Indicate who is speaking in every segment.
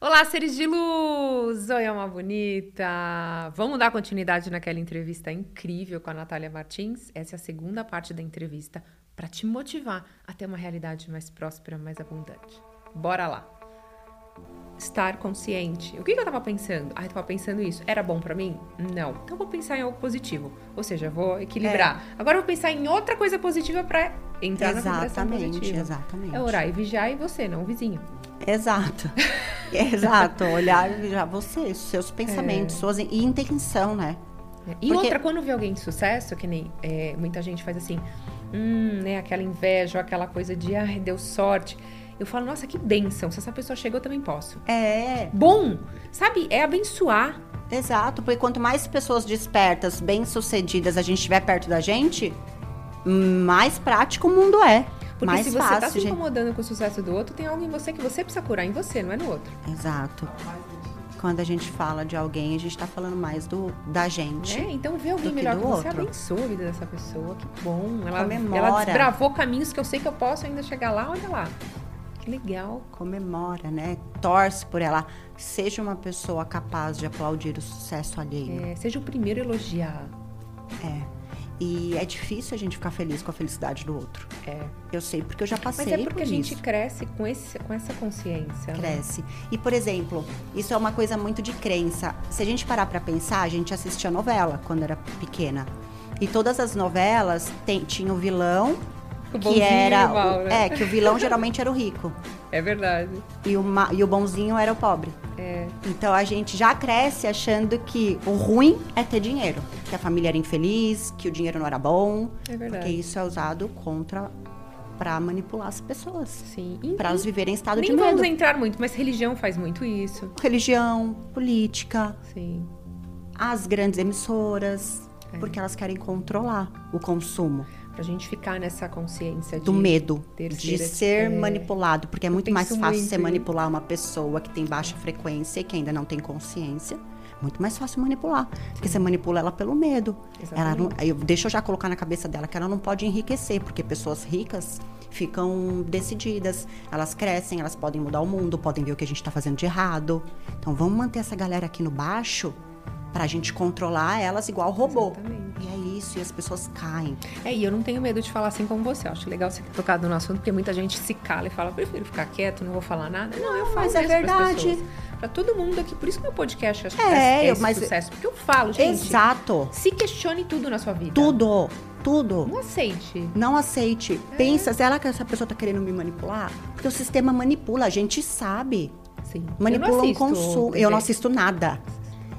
Speaker 1: Olá, seres de luz! Oi, alma bonita! Vamos dar continuidade naquela entrevista incrível com a Natália Martins. Essa é a segunda parte da entrevista para te motivar a ter uma realidade mais próspera, mais abundante. Bora lá! Estar consciente. O que, que eu estava pensando? Ah, eu tava pensando isso. Era bom para mim? Não. Então eu vou pensar em algo positivo. Ou seja, eu vou equilibrar.
Speaker 2: É.
Speaker 1: Agora eu vou pensar em outra coisa positiva para entrar na vibração
Speaker 2: Exatamente,
Speaker 1: positiva.
Speaker 2: exatamente.
Speaker 1: É orar e vigiar e você, não o vizinho.
Speaker 2: Exato. Exato. Olhar já você, seus pensamentos, suas in- e intenção, né?
Speaker 1: né? E
Speaker 2: Porque-
Speaker 1: outra, quando vê alguém de sucesso, que nem é, muita gente faz assim, hum, né, aquela inveja, ou aquela coisa de, ai, deu sorte. Eu falo, nossa, que bênção, se essa pessoa chegou, eu também posso.
Speaker 2: É,
Speaker 1: Bom, sabe, é abençoar.
Speaker 2: exato. Porque quanto mais pessoas despertas, bem-sucedidas a gente tiver perto da gente, mais prático o mundo é.
Speaker 1: Porque
Speaker 2: mais
Speaker 1: se você
Speaker 2: fácil,
Speaker 1: tá se
Speaker 2: gente.
Speaker 1: incomodando com o sucesso do outro, tem algo em você que você precisa curar em você, não é no outro.
Speaker 2: Exato. Quando a gente fala de alguém, a gente tá falando mais do da gente.
Speaker 1: Né? Então vê alguém
Speaker 2: Do que
Speaker 1: melhor
Speaker 2: do
Speaker 1: que você,
Speaker 2: outro.
Speaker 1: abençoa a vida dessa pessoa, que bom. Ela,
Speaker 2: Comemora.
Speaker 1: ela desbravou caminhos que eu sei que eu posso ainda chegar lá, olha lá. Que legal.
Speaker 2: Comemora, né? Torce por ela. Seja uma pessoa capaz de aplaudir o sucesso alheio.
Speaker 1: É, seja o primeiro a elogiar.
Speaker 2: E é difícil a gente ficar feliz com a felicidade do outro.
Speaker 1: É.
Speaker 2: Eu sei, porque eu já passei
Speaker 1: Mas é porque
Speaker 2: por
Speaker 1: a gente
Speaker 2: isso.
Speaker 1: cresce com, esse, com essa consciência. né?
Speaker 2: Cresce. E, por exemplo, isso é uma coisa muito de crença. Se a gente parar pra pensar, a gente assistia novela quando era pequena. E todas as novelas tem- tinha o vilão,
Speaker 1: O
Speaker 2: que
Speaker 1: bonzinho
Speaker 2: era.
Speaker 1: e o
Speaker 2: o-
Speaker 1: mal, né?
Speaker 2: É, que o vilão geralmente era o rico.
Speaker 1: É verdade.
Speaker 2: E o, ma- e o bonzinho era o pobre.
Speaker 1: É.
Speaker 2: Então a gente já cresce achando que o ruim é ter dinheiro. Que a família era infeliz, que o dinheiro não era bom.
Speaker 1: É verdade.
Speaker 2: Porque isso é usado contra para manipular as pessoas,
Speaker 1: Sim. E-
Speaker 2: para elas viverem em estado
Speaker 1: nem
Speaker 2: de medo.
Speaker 1: vamos entrar muito, mas religião faz muito isso.
Speaker 2: Religião, política,
Speaker 1: Sim.
Speaker 2: as grandes emissoras,
Speaker 1: É.
Speaker 2: porque elas querem controlar o consumo
Speaker 1: Pra gente ficar nessa consciência
Speaker 2: do
Speaker 1: de-
Speaker 2: medo de
Speaker 1: terceira-
Speaker 2: ser
Speaker 1: é.
Speaker 2: manipulado, porque é
Speaker 1: Eu
Speaker 2: muito mais
Speaker 1: penso
Speaker 2: fácil
Speaker 1: muito
Speaker 2: você
Speaker 1: em-
Speaker 2: manipular uma pessoa que tem baixa frequência e que ainda não tem consciência. Muito mais fácil manipular, porque você manipula ela pelo medo. Ela não, eu, deixa eu já colocar na cabeça dela que ela não pode enriquecer, porque pessoas ricas ficam decididas, elas crescem, elas podem mudar o mundo, podem ver o que a gente está fazendo de errado. Então vamos manter essa galera aqui no baixo para a gente controlar elas igual robô.
Speaker 1: Exatamente.
Speaker 2: E é isso, e as pessoas caem.
Speaker 1: É, e eu não tenho medo de falar assim como você. Eu acho legal você ter tocado no assunto, porque muita gente se cala e fala, prefiro ficar quieto, não vou falar nada. Não, eu
Speaker 2: mas
Speaker 1: faço
Speaker 2: é
Speaker 1: isso pras
Speaker 2: verdade.
Speaker 1: pessoas. Pra todo mundo aqui. Por isso que meu podcast acho que
Speaker 2: É,
Speaker 1: é,
Speaker 2: eu-
Speaker 1: esse
Speaker 2: mas-
Speaker 1: sucesso. Porque eu falo, gente,
Speaker 2: Exato.
Speaker 1: se questione tudo na sua vida.
Speaker 2: Tudo, tudo.
Speaker 1: Não aceite.
Speaker 2: Não aceite. Pensa, será que essa pessoa tá querendo me manipular? Porque o sistema manipula, a gente sabe.
Speaker 1: Sim.
Speaker 2: Manipula o
Speaker 1: assisto
Speaker 2: consumo.
Speaker 1: TV.
Speaker 2: Eu não assisto nada.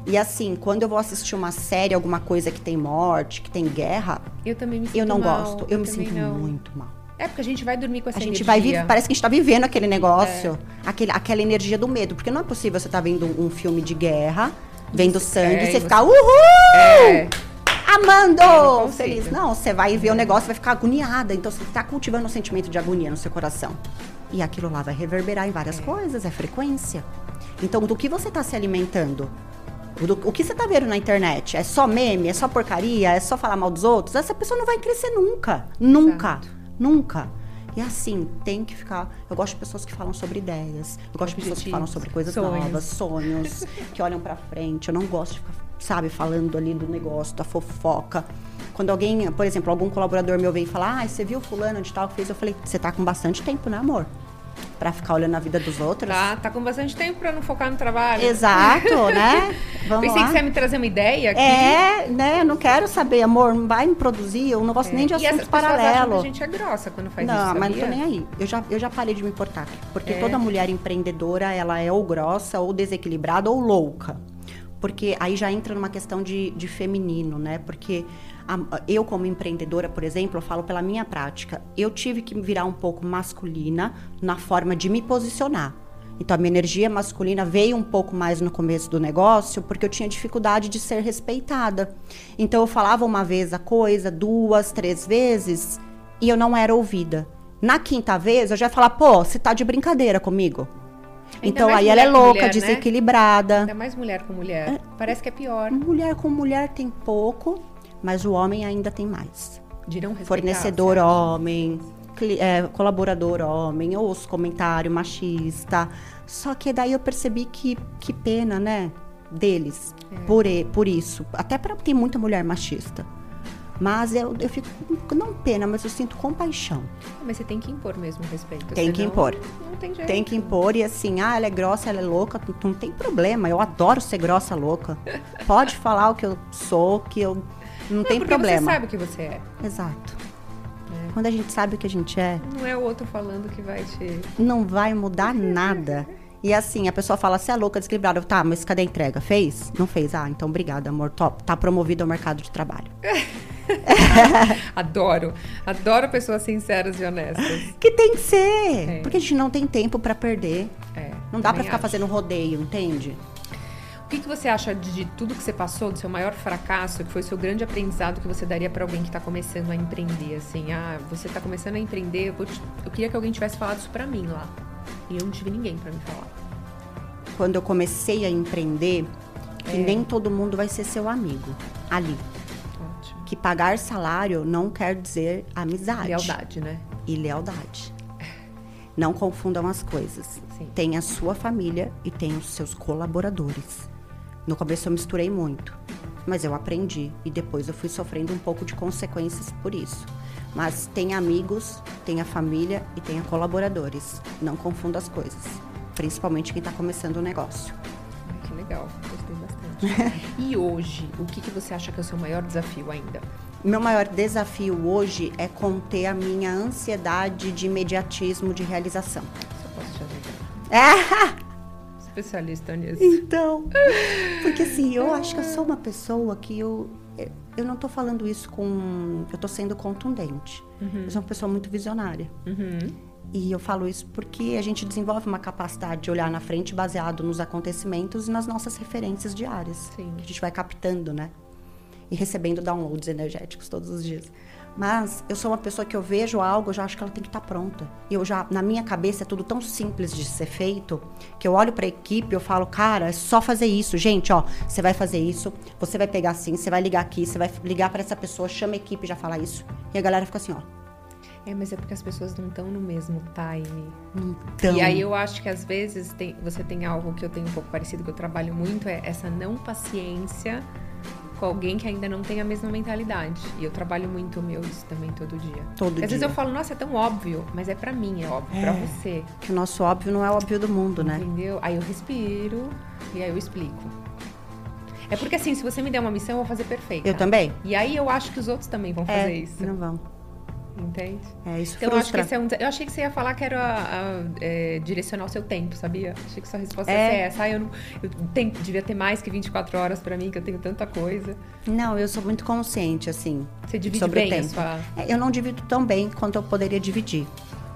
Speaker 2: E assim, quando eu vou assistir uma série, alguma coisa que tem morte, que tem guerra,
Speaker 1: Eu também me sinto
Speaker 2: eu não
Speaker 1: mal,
Speaker 2: gosto. Eu, me
Speaker 1: também
Speaker 2: sinto
Speaker 1: não.
Speaker 2: muito mal.
Speaker 1: É porque a gente vai dormir com essa
Speaker 2: a gente
Speaker 1: energia. É.
Speaker 2: vai viver, parece que a gente tá vivendo aquele negócio, aquele, aquela energia do medo. Porque não é possível você tá vendo um filme de guerra, vendo
Speaker 1: é,
Speaker 2: sangue, e
Speaker 1: e
Speaker 2: você
Speaker 1: você-
Speaker 2: ficar, uhul!
Speaker 1: É,
Speaker 2: Amando!
Speaker 1: Eu não consigo.
Speaker 2: feliz. Não, você vai ver o negócio e vai ficar agoniada. Então você tá cultivando um sentimento de agonia no seu coração. E aquilo lá vai reverberar em várias coisas, é frequência. Então, do que você tá se alimentando? O, do- o que você tá vendo na internet? É só meme? É só porcaria? É só falar mal dos outros? Essa pessoa não vai crescer nunca. Nunca.
Speaker 1: Exato.
Speaker 2: Nunca. E assim, tem que ficar. Eu gosto de pessoas que falam sobre ideias. Eu gosto de pessoas que
Speaker 1: Objetivos,
Speaker 2: falam sobre coisas
Speaker 1: sonhos.
Speaker 2: novas, sonhos, que olham pra frente. Eu não gosto de ficar, sabe, falando ali do negócio, da fofoca. Quando alguém, por exemplo, algum colaborador me ouve e fala, ah, você viu fulano de tal que fez? Eu falei, você tá com bastante tempo, né, amor? Pra ficar olhando a vida dos outros.
Speaker 1: tá, tá com bastante tempo pra não focar no trabalho.
Speaker 2: Exato, né? Vamos
Speaker 1: Pensei
Speaker 2: lá.
Speaker 1: que você ia me trazer uma ideia aqui.
Speaker 2: É, né? Eu não quero saber, amor. Não vai me produzir um negócio nem de
Speaker 1: É. e essas
Speaker 2: assunto
Speaker 1: pessoas acham que
Speaker 2: paralelo.
Speaker 1: a gente é grossa quando faz isso,
Speaker 2: Não, mas é. não tô
Speaker 1: sabia? É.
Speaker 2: nem aí. Eu já, eu já parei de me importar. Porque toda mulher empreendedora, ela é ou grossa, ou desequilibrada, ou louca. Porque aí já entra numa questão de, de feminino, né? Porque a- eu, como empreendedora, por exemplo, eu falo pela minha prática. Eu tive que me virar um pouco masculina na forma de me posicionar. Então, a minha energia masculina veio um pouco mais no começo do negócio, porque eu tinha dificuldade de ser respeitada. Então, eu falava uma vez a coisa, duas, três vezes, e eu não era ouvida. Na quinta vez, eu já ia falar, pô, você tá de brincadeira comigo.
Speaker 1: Ainda
Speaker 2: Então,
Speaker 1: mais
Speaker 2: aí ela é
Speaker 1: mulher com
Speaker 2: louca,
Speaker 1: mulher, né?
Speaker 2: desequilibrada.
Speaker 1: Ainda mais mulher com mulher. Parece que é pior.
Speaker 2: Mulher com mulher tem pouco, mas o homem ainda tem mais.
Speaker 1: De não respeitar.
Speaker 2: Fornecedor
Speaker 1: sabe?
Speaker 2: homem, é, colaborador homem, ou os comentários machista. Só que daí eu percebi que, que pena, né? Deles, é. por, por isso. Até para ter muita mulher machista. Mas eu, eu fico, não pena, mas eu sinto compaixão.
Speaker 1: Mas você tem que impor mesmo o respeito.
Speaker 2: Tem que impor.
Speaker 1: Não tem jeito.
Speaker 2: Tem que impor e assim, ah, ela é grossa, ela é louca, não tem problema. Eu adoro ser grossa, louca. Pode falar o que eu sou, que eu. Não, não tem problema.
Speaker 1: Você sabe o que você é.
Speaker 2: Exato. É. Quando a gente sabe o que a gente é.
Speaker 1: Não é o outro falando que vai te.
Speaker 2: Não vai mudar nada. E assim, a pessoa fala, você é louca, desequilibrada. Tá, mas cadê a entrega? Fez? Não fez? Ah, então obrigada, amor. Top. Tá promovido ao mercado de trabalho.
Speaker 1: adoro. Adoro pessoas sinceras e honestas.
Speaker 2: Que tem que ser. É. Porque a gente não tem tempo para perder. É, não dá para ficar
Speaker 1: acho.
Speaker 2: fazendo rodeio, entende?
Speaker 1: O que, que você acha de tudo que você passou, do seu maior fracasso, que foi o seu grande aprendizado que você daria para alguém que está começando a empreender? Assim, ah, você está começando a empreender, eu, te... eu queria que alguém tivesse falado isso para mim lá. E eu não tive ninguém para me falar.
Speaker 2: Quando eu comecei a empreender, é. que nem todo mundo vai ser seu amigo ali. Ótimo. Que pagar salário não quer dizer amizade.
Speaker 1: Lealdade, né?
Speaker 2: E lealdade. Não confundam as coisas. Sim. Tem a sua família e tem os seus colaboradores. No começo eu misturei muito, mas eu aprendi e depois eu fui sofrendo um pouco de consequências por isso. Mas tem amigos, tem a família e tem colaboradores. Não confunda as coisas, principalmente quem está começando o negócio.
Speaker 1: Que legal, gostei bastante. e hoje, o que, que você acha que é o seu maior desafio ainda?
Speaker 2: Meu maior desafio hoje é conter a minha ansiedade de imediatismo de realização.
Speaker 1: Só posso te ajudar. É! Especialista nisso.
Speaker 2: Então, porque assim, eu acho que eu sou uma pessoa que eu eu não estou falando isso com. Eu estou sendo contundente. Uhum. Eu sou uma pessoa muito visionária. Uhum. E eu falo isso porque a gente desenvolve uma capacidade de olhar na frente baseado nos acontecimentos e nas nossas referências diárias. Sim. Que a gente vai captando, né? E recebendo downloads energéticos todos os dias. Mas eu sou uma pessoa que eu vejo algo, eu já acho que ela tem que estar tá pronta. E eu já, na minha cabeça, é tudo tão simples de ser feito, que eu olho para a equipe, eu falo, cara, é só fazer isso, gente, ó, você vai fazer isso, você vai pegar assim, você vai ligar aqui, você vai ligar para essa pessoa, chama a equipe, já fala isso. E a galera fica assim, ó.
Speaker 1: É, mas é porque as pessoas não estão no mesmo time.
Speaker 2: Então.
Speaker 1: E aí eu acho que às vezes tem, você tem algo que eu tenho um pouco parecido, que eu trabalho muito, é essa não paciência com alguém que ainda não tem a mesma mentalidade. E eu trabalho muito o meu isso também todo dia.
Speaker 2: Todo
Speaker 1: Às
Speaker 2: dia.
Speaker 1: vezes eu falo, nossa, é tão óbvio, mas é para mim, é óbvio, é, pra você.
Speaker 2: Que o nosso óbvio não é óbvio do mundo, né?
Speaker 1: Entendeu? Aí eu respiro e aí eu explico. É porque assim, se você me der uma missão, eu vou fazer perfeita.
Speaker 2: Eu também.
Speaker 1: E aí eu acho que os outros também vão
Speaker 2: é,
Speaker 1: fazer isso.
Speaker 2: Não vão.
Speaker 1: Entende?
Speaker 2: É, isso
Speaker 1: então,
Speaker 2: frustra. Eu,
Speaker 1: acho que esse é um, eu achei que você ia falar que era a, a, é, direcionar o seu tempo, sabia? Achei que sua resposta é. é essa. Ah, eu, não, eu tenho, devia ter mais que 24 horas para mim, que eu tenho tanta coisa.
Speaker 2: Não, eu sou muito consciente, assim.
Speaker 1: é- Você divide
Speaker 2: sobre
Speaker 1: bem
Speaker 2: o tempo. É,
Speaker 1: Sua...
Speaker 2: Eu não divido tão bem quanto eu poderia dividir.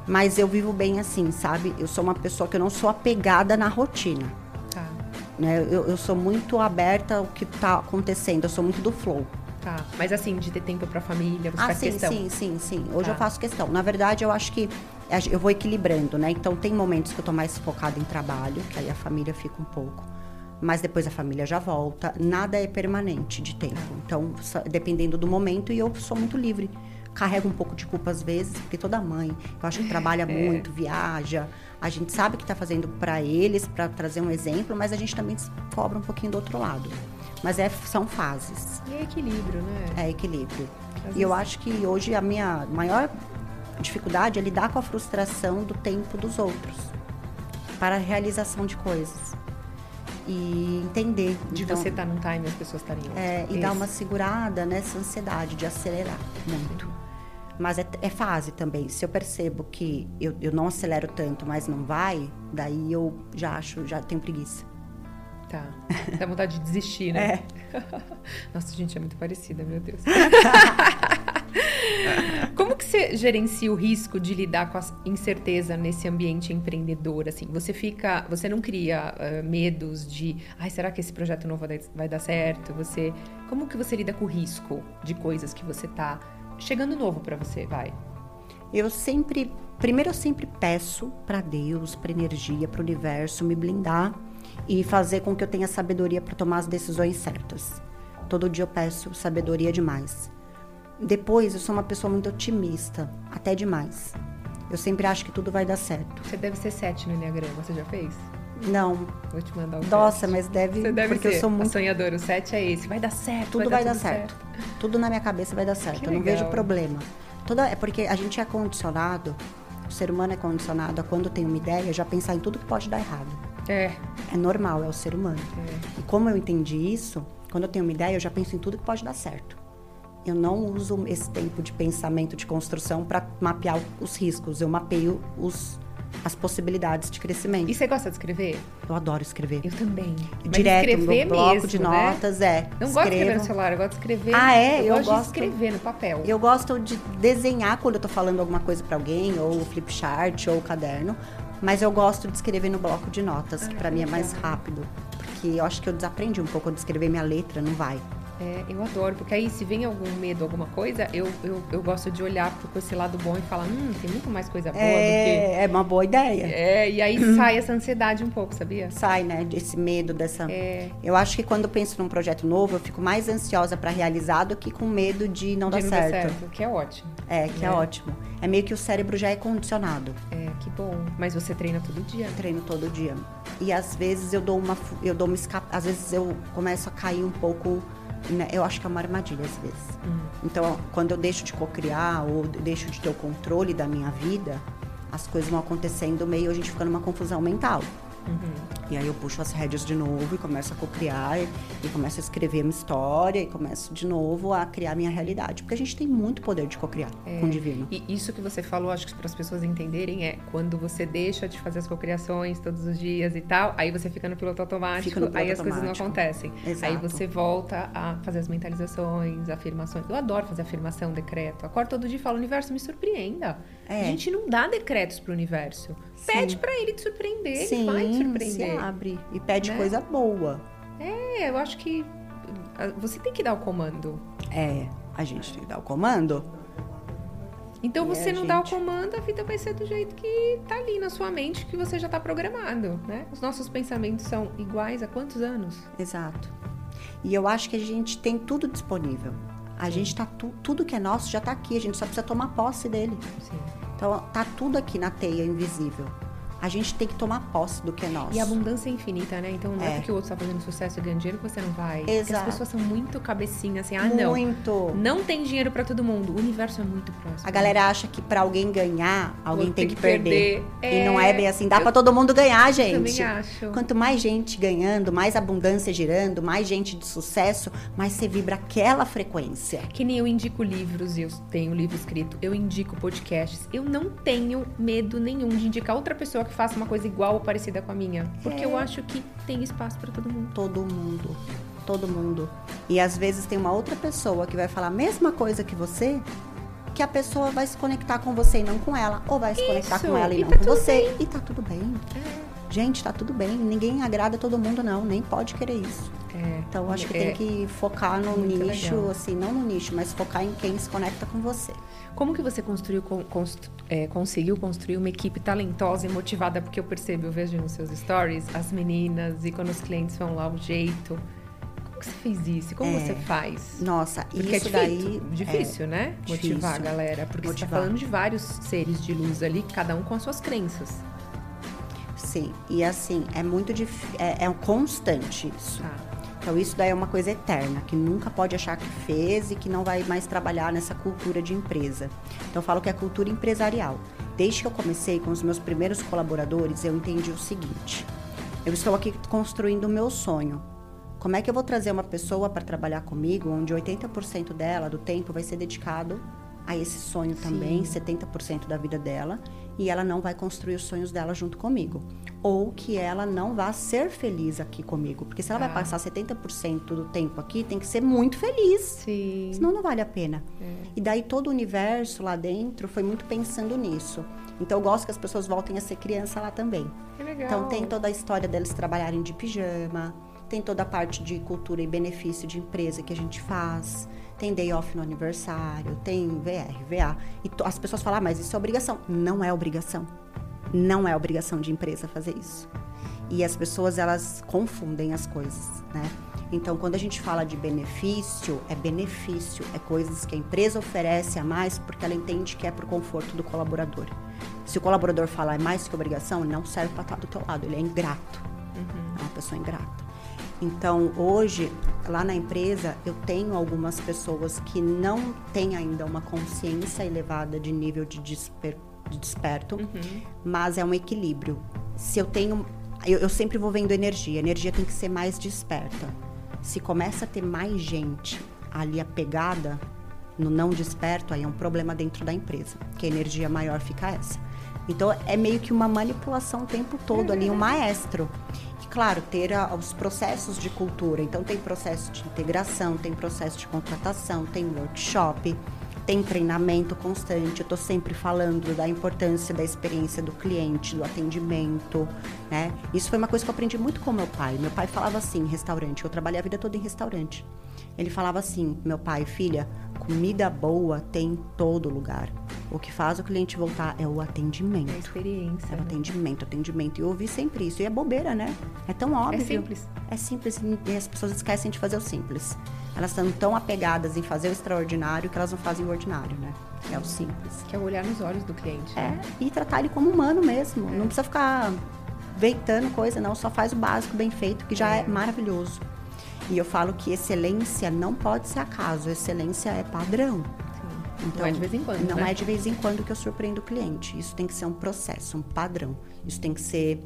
Speaker 2: Mas eu vivo bem assim, sabe? Eu sou uma pessoa que eu não sou apegada na rotina.
Speaker 1: Tá.
Speaker 2: Né? Eu, eu sou muito aberta ao que tá acontecendo, eu sou muito do flow.
Speaker 1: Tá. Mas assim, de ter tempo para a família, você
Speaker 2: ah,
Speaker 1: faz
Speaker 2: sim,
Speaker 1: questão?
Speaker 2: sim, sim, sim. Hoje
Speaker 1: Tá.
Speaker 2: eu faço questão. Na verdade, eu acho que eu vou equilibrando, né? Então tem momentos que eu tô mais focada em trabalho, que aí a família fica um pouco. Mas depois a família já volta. Nada é permanente de tempo. Então, só- dependendo do momento, e eu sou muito livre. Carrego um pouco de culpa às vezes, porque toda mãe, eu acho que
Speaker 1: É.
Speaker 2: trabalha muito, viaja. A gente sabe que tá fazendo para eles, para trazer um exemplo, mas a gente também se cobra um pouquinho do outro lado. Mas é- são fases.
Speaker 1: E é equilíbrio, né?
Speaker 2: É equilíbrio.
Speaker 1: Às
Speaker 2: E eu
Speaker 1: vezes-
Speaker 2: acho que hoje a minha maior dificuldade é lidar com a frustração do tempo dos outros para a realização de coisas. E entender.
Speaker 1: De
Speaker 2: então,
Speaker 1: você estar num time e as pessoas estarem em outro.
Speaker 2: é, e dar
Speaker 1: Esse.
Speaker 2: uma segurada nessa ansiedade de acelerar muito. Mas é, é fase também. Se eu percebo que eu, eu não acelero tanto, mas não vai, daí eu já acho, já tenho preguiça.
Speaker 1: Tá. Dá vontade de desistir, né? Nossa, gente, é muito parecida, meu Deus. Como que você gerencia o risco de lidar com a incerteza nesse ambiente empreendedor? Assim, você fica, você não cria eh, medos de, ai, será que esse projeto novo vai dar- vai dar certo? Você, como que você lida com o risco de coisas que você tá chegando novo pra você? Vai.
Speaker 2: Eu sempre, primeiro eu sempre peço para Deus, para energia, para o universo me blindar e fazer com que eu tenha sabedoria para tomar as decisões certas. Todo dia eu peço sabedoria demais. Depois, eu sou uma pessoa muito otimista, até demais. Eu sempre acho que tudo vai dar certo.
Speaker 1: Você deve ser sete no Enneagrama, você já fez?
Speaker 2: Não.
Speaker 1: Vou te mandar um
Speaker 2: Nossa,
Speaker 1: teste.
Speaker 2: mas deve,
Speaker 1: Você deve
Speaker 2: porque
Speaker 1: ser
Speaker 2: eu sou
Speaker 1: a
Speaker 2: muito
Speaker 1: sonhadora, o sete é esse. Vai dar certo,
Speaker 2: tudo vai dar,
Speaker 1: tudo
Speaker 2: certo. Tudo na minha cabeça vai dar certo.
Speaker 1: Que
Speaker 2: eu não
Speaker 1: legal.
Speaker 2: vejo problema. Toda é porque a gente é condicionado, o ser humano é condicionado a quando tem uma ideia já pensar em tudo que pode dar errado.
Speaker 1: É,
Speaker 2: É normal, é o ser humano.
Speaker 1: É.
Speaker 2: E como eu entendi isso, quando eu tenho uma ideia, eu já penso em tudo que pode dar certo. Eu não uso esse tempo de pensamento, de construção para mapear os riscos. Eu mapeio os, as possibilidades de crescimento.
Speaker 1: E você gosta de escrever?
Speaker 2: Eu adoro escrever.
Speaker 1: Eu também. Mas
Speaker 2: Direto, no
Speaker 1: escrever
Speaker 2: meu bloco
Speaker 1: mesmo,
Speaker 2: de
Speaker 1: né?
Speaker 2: notas, é.
Speaker 1: Não gosto de escrever
Speaker 2: Escrevo.
Speaker 1: no celular, eu gosto de escrever.
Speaker 2: Ah, é?
Speaker 1: Eu,
Speaker 2: Eu
Speaker 1: gosto,
Speaker 2: gosto.
Speaker 1: de escrever no papel.
Speaker 2: Eu gosto de desenhar quando eu tô falando alguma coisa pra alguém, ou o flip chart, ou o caderno. Mas eu gosto de escrever no bloco de notas, que pra mim é mais rápido. Porque eu acho que eu desaprendi um pouco de escrever minha letra, não vai.
Speaker 1: É, eu adoro, porque aí se vem algum medo, alguma coisa, eu, eu, eu gosto de olhar pro esse lado bom e falar, hum, tem muito mais coisa boa do
Speaker 2: é uma boa
Speaker 1: que.
Speaker 2: ideia.
Speaker 1: É, e aí sai essa ansiedade um pouco, sabia?
Speaker 2: Sai, né, desse medo, dessa...
Speaker 1: É,
Speaker 2: Eu acho que quando eu penso num projeto novo, eu fico mais ansiosa pra realizar do que com medo de não dar
Speaker 1: de não dar
Speaker 2: certo.
Speaker 1: certo, que é ótimo.
Speaker 2: É, que é.
Speaker 1: É.
Speaker 2: ótimo. É meio que o cérebro já é condicionado.
Speaker 1: É, que bom. Mas você treina todo dia.
Speaker 2: Eu treino todo dia. E às vezes eu dou uma. fu- Eu dou uma esca- Às vezes eu começo a cair um pouco. né? Eu acho que é uma armadilha, às vezes.
Speaker 1: Hum.
Speaker 2: Então, quando eu deixo de cocriar ou de- deixo de ter o controle da minha vida, as coisas vão acontecendo meio a gente fica numa confusão mental.
Speaker 1: Uhum.
Speaker 2: E aí eu puxo as rédeas de novo e começo a cocriar e, e começo a escrever minha história e começo de novo a criar minha realidade. Porque a gente tem muito poder de cocriar
Speaker 1: É.
Speaker 2: com o divino.
Speaker 1: E isso que você falou, acho que para as pessoas entenderem, é quando você deixa de fazer as cocriações todos os dias e tal, aí você fica no piloto automático,
Speaker 2: Fica no piloto
Speaker 1: aí as coisas não
Speaker 2: automático.
Speaker 1: acontecem.
Speaker 2: Exato.
Speaker 1: Aí você volta a fazer as mentalizações, afirmações. Eu adoro fazer afirmação, decreto. Acordo todo dia e falo, universo, me surpreenda.
Speaker 2: É.
Speaker 1: A gente não dá decretos pro universo.
Speaker 2: Sim.
Speaker 1: Pede para ele te surpreender, ele
Speaker 2: Sim,
Speaker 1: vai te
Speaker 2: se
Speaker 1: surpreender.
Speaker 2: abre e pede
Speaker 1: né?
Speaker 2: coisa boa.
Speaker 1: É, eu acho que ah, você tem que dar o comando.
Speaker 2: É, a gente tem que dar o comando.
Speaker 1: Então
Speaker 2: É,
Speaker 1: você não dá o
Speaker 2: gente.
Speaker 1: comando, a vida vai ser do jeito que tá ali na sua mente, que você já tá programado, né? Os nossos pensamentos são iguais há quantos anos?
Speaker 2: Exato. E eu acho que a gente tem tudo disponível. A gente tá tu- tudo que é nosso já tá aqui, a gente só precisa tomar posse dele.
Speaker 1: Sim.
Speaker 2: Então tá tudo aqui na teia invisível. A gente tem que tomar posse do que é nosso.
Speaker 1: E a abundância é infinita, né? Então não é,
Speaker 2: É.
Speaker 1: porque o outro tá fazendo sucesso e ganhando dinheiro que você não vai. Porque
Speaker 2: Exato.
Speaker 1: as pessoas são muito cabecinhas, assim, ah, não.
Speaker 2: Muito.
Speaker 1: Não tem dinheiro pra todo mundo. O universo é muito próximo.
Speaker 2: A galera acha que pra alguém ganhar, alguém
Speaker 1: Outro
Speaker 2: tem que perder.
Speaker 1: É,
Speaker 2: E não é bem assim, dá pra todo mundo ganhar,
Speaker 1: eu
Speaker 2: gente.
Speaker 1: também acho.
Speaker 2: Quanto mais gente ganhando, mais abundância girando, mais gente de sucesso, mais você vibra aquela frequência.
Speaker 1: Que nem eu indico livros, eu tenho livro escrito, eu indico podcasts. Eu não tenho medo nenhum de indicar outra pessoa que faça uma coisa igual ou parecida com a minha. Porque eu
Speaker 2: É.
Speaker 1: acho que tem espaço pra todo mundo.
Speaker 2: todo mundo. Todo mundo. E às vezes tem uma outra pessoa que vai falar a mesma coisa que você, que a pessoa vai se conectar com você e não com ela. Ou vai se conectar com ela e,
Speaker 1: e
Speaker 2: não
Speaker 1: tá
Speaker 2: com
Speaker 1: tudo É.
Speaker 2: você. E tá tudo bem. Gente, tá tudo bem. Ninguém agrada todo mundo, não. Nem pode querer isso.
Speaker 1: É.
Speaker 2: Então acho que
Speaker 1: É.
Speaker 2: tem que focar no
Speaker 1: Muito
Speaker 2: nicho,
Speaker 1: legal.
Speaker 2: assim, não no nicho, mas focar em quem se conecta com você.
Speaker 1: Como que você construiu, con- constru- é, conseguiu construir uma equipe talentosa e motivada? Porque eu percebo, eu vejo nos seus stories as meninas e quando os clientes vão lá o jeito. Como que você fez isso? Como você faz?
Speaker 2: Nossa, e
Speaker 1: Porque
Speaker 2: É. isso
Speaker 1: é
Speaker 2: daí. é
Speaker 1: difícil, difícil né?
Speaker 2: difícil.
Speaker 1: Motivar a galera. Porque você tá
Speaker 2: Motivar.
Speaker 1: falando de vários seres de luz ali, cada um com as suas crenças.
Speaker 2: é, sim. E assim, é muito difícil. É, é um constante isso.
Speaker 1: Tá.
Speaker 2: Então isso daí é uma coisa eterna, que nunca pode achar que fez e que não vai mais trabalhar nessa cultura de empresa. Então eu falo que é cultura empresarial. Desde que eu comecei com os meus primeiros colaboradores, eu entendi o seguinte: eu estou aqui construindo o meu sonho. Como é que eu vou trazer uma pessoa para trabalhar comigo, onde 80% dela do tempo vai ser dedicado a esse sonho também, 70% da vida dela, e ela não vai construir os sonhos dela junto comigo. Ou que ela não vá ser feliz aqui comigo. Porque se ela
Speaker 1: Tá.
Speaker 2: vai passar 70% do tempo aqui, tem que ser muito feliz.
Speaker 1: Sim.
Speaker 2: Senão não vale a pena. E daí todo o universo lá dentro foi muito pensando nisso. Então eu gosto que as pessoas voltem a ser criança lá também.
Speaker 1: Que legal.
Speaker 2: Então tem toda a história deles trabalharem de pijama, tem toda a parte de cultura e benefício de empresa que a gente faz, tem day off no aniversário, tem VR, VA. E to- as pessoas falam, "Ah, mas isso é obrigação. Não é obrigação. Não é obrigação de empresa fazer isso. E as pessoas, elas confundem as coisas, né? Então, quando a gente fala de benefício, é benefício, é coisas que a empresa oferece a mais porque ela entende que é para o conforto do colaborador. Se o colaborador falar é mais que obrigação, ele não serve para estar do teu lado, ele é ingrato. Uhum. É uma pessoa ingrata. Então, hoje, lá na empresa, eu tenho algumas pessoas que não têm ainda uma consciência elevada de nível de, desper, de desperto, uhum. mas é um equilíbrio. Se eu tenho. Eu, eu sempre vou vendo energia, a energia tem que ser mais desperta. Se começa a ter mais gente ali apegada no não desperto, aí é um problema dentro da empresa, que a energia maior fica essa. Então, é meio que uma manipulação o tempo todo uhum. ali, um maestro claro, ter a, os processos de cultura. Então, tem processo de integração, tem processo de contratação, tem workshop, tem treinamento constante. Eu estou sempre falando da importância da experiência do cliente, do atendimento, né? Isso foi uma coisa que eu aprendi muito com meu pai. Meu pai falava assim, restaurante. Eu trabalhei a vida toda em restaurante. Ele falava assim, meu pai, filha, comida boa tem em todo lugar. O que faz o cliente voltar é o atendimento. É a
Speaker 1: experiência. né?
Speaker 2: É o atendimento, atendimento. E eu ouvi sempre isso. E é bobeira, né? É tão óbvio.
Speaker 1: É simples.
Speaker 2: É simples e as pessoas esquecem de fazer o simples. Elas estão tão apegadas em fazer o extraordinário que elas não fazem o ordinário, né? É o simples.
Speaker 1: Que é olhar nos olhos do cliente.
Speaker 2: É, né? e tratar ele como humano mesmo. É. Não precisa ficar veitando coisa, não. Só faz o básico bem feito, que já é, é maravilhoso. E eu falo que excelência não pode ser acaso, excelência é padrão.
Speaker 1: Então, não é de vez em quando.
Speaker 2: Não
Speaker 1: né?
Speaker 2: é de vez em quando que eu surpreendo o cliente. Isso tem que ser um processo, um padrão. Isso tem que ser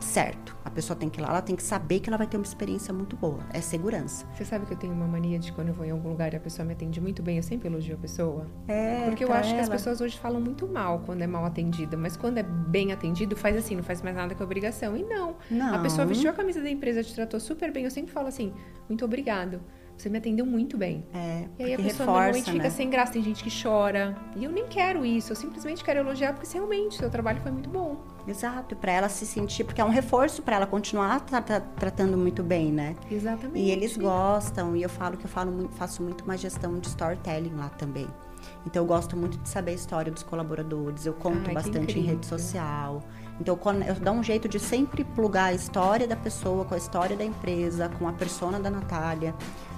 Speaker 2: certo. A pessoa tem que ir lá, ela tem que saber que ela vai ter uma experiência muito boa. É segurança.
Speaker 1: Você sabe que eu tenho uma mania de quando eu vou em algum lugar e a pessoa me atende muito bem, eu sempre elogio a pessoa?
Speaker 2: É.
Speaker 1: Porque eu
Speaker 2: ela.
Speaker 1: acho que as pessoas hoje falam muito mal quando é mal atendida, mas quando é bem atendido, faz assim, não faz mais nada que obrigação. E não.
Speaker 2: não.
Speaker 1: A pessoa vestiu a camisa da empresa, te tratou super bem. Eu sempre falo assim, muito obrigado você me atendeu muito bem.
Speaker 2: É,
Speaker 1: e aí a pessoa reforça, normalmente né? fica sem graça, tem gente que chora. E eu nem quero isso, eu simplesmente quero elogiar porque realmente seu trabalho foi muito bom.
Speaker 2: Exato, para ela se sentir, porque é um reforço para ela continuar tra tra tratando muito bem, né?
Speaker 1: Exatamente.
Speaker 2: E eles gostam, e eu falo que eu falo muito, faço muito uma gestão de storytelling lá também. Então eu gosto muito de saber a história dos colaboradores, eu conto Ai, bastante em rede social. Então eu dou um jeito de sempre plugar a história da pessoa com a história da empresa, com a persona da Natália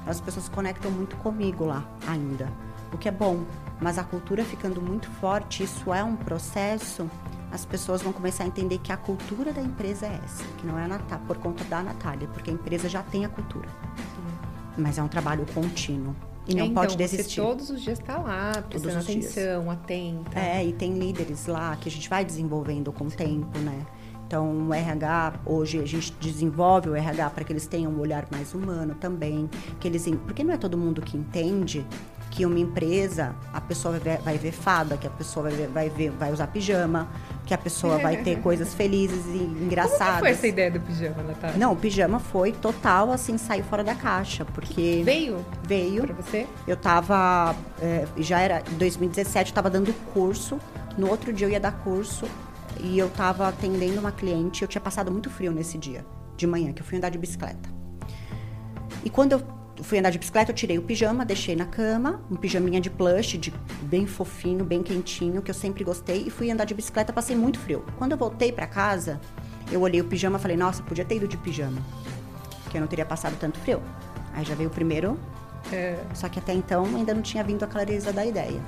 Speaker 2: as pessoas conectam muito comigo lá ainda, o que é bom. Mas a cultura ficando muito forte, isso é um processo. As pessoas vão começar a entender que a cultura da empresa é essa, que não é Natal, por conta da Natália, porque a empresa já tem a cultura. Sim. Mas é um trabalho contínuo. E não
Speaker 1: então,
Speaker 2: pode
Speaker 1: Você
Speaker 2: desistir.
Speaker 1: todos os dias está lá, prestando atenção, dias. atenta.
Speaker 2: É, e tem líderes lá que a gente vai desenvolvendo com o tempo, né? Então, o RH, hoje a gente desenvolve o RH para que eles tenham um olhar mais humano também, que eles, porque não é todo mundo que entende que uma empresa, a pessoa vai ver, vai ver fada, que a pessoa vai ver, vai, ver, vai usar pijama, que a pessoa vai ter coisas felizes e engraçadas. Como
Speaker 1: foi essa ideia do pijama, Natália?
Speaker 2: Não, o pijama foi total, assim, saiu fora da caixa, porque...
Speaker 1: Veio?
Speaker 2: Veio.
Speaker 1: Pra você?
Speaker 2: Eu tava, é, já era 2017, eu tava dando curso, no outro dia eu ia dar curso, e eu estava atendendo uma cliente, eu tinha passado muito frio nesse dia, de manhã, que eu fui andar de bicicleta. E quando eu fui andar de bicicleta, eu tirei o pijama, deixei na cama, um pijaminha de plush, de bem fofinho, bem quentinho, que eu sempre gostei, e fui andar de bicicleta, passei muito frio. Quando eu voltei para casa, eu olhei o pijama, falei: "Nossa, podia ter ido de pijama, que eu não teria passado tanto frio". Aí já veio o primeiro é. Só que até então ainda não tinha vindo a clareza da ideia.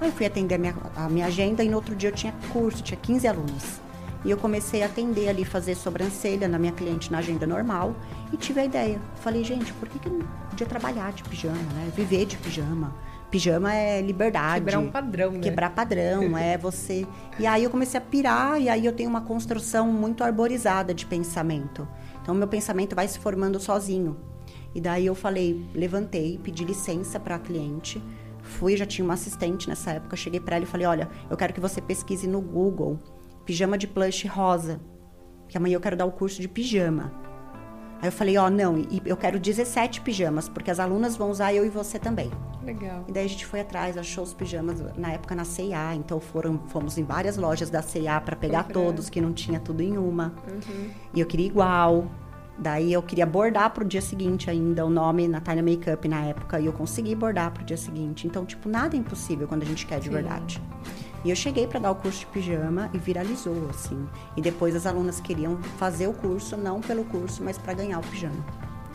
Speaker 2: Aí fui atender a minha, a minha, agenda e no outro dia eu tinha curso, tinha 15 alunos. E eu comecei a atender ali, fazer sobrancelha na minha cliente na agenda normal e tive a ideia. Falei, gente, por que, que eu não podia trabalhar de pijama, né? Viver de pijama. Pijama é liberdade.
Speaker 1: Quebrar um padrão, né?
Speaker 2: Quebrar padrão, é você. E aí eu comecei a pirar e aí eu tenho uma construção muito arborizada de pensamento. Então meu pensamento vai se formando sozinho. E daí eu falei, levantei, pedi licença para a cliente, fui, já tinha uma assistente nessa época, cheguei para ela e falei: "Olha, eu quero que você pesquise no Google pijama de plush rosa, que amanhã eu quero dar o curso de pijama". Aí eu falei: "Ó, oh, não, e eu quero 17 pijamas, porque as alunas vão usar eu e você também".
Speaker 1: Legal.
Speaker 2: E daí a gente foi atrás, achou os pijamas na época na C&A, então foram, fomos em várias lojas da C&A para pegar todos, que não tinha tudo em uma.
Speaker 1: Uhum.
Speaker 2: E eu queria igual, Daí eu queria bordar pro dia seguinte ainda o nome Natália Makeup na época e eu consegui bordar pro dia seguinte. Então, tipo, nada é impossível quando a gente quer de Sim. verdade. E eu cheguei para dar o curso de pijama e viralizou assim. E depois as alunas queriam fazer o curso não pelo curso, mas para ganhar o pijama.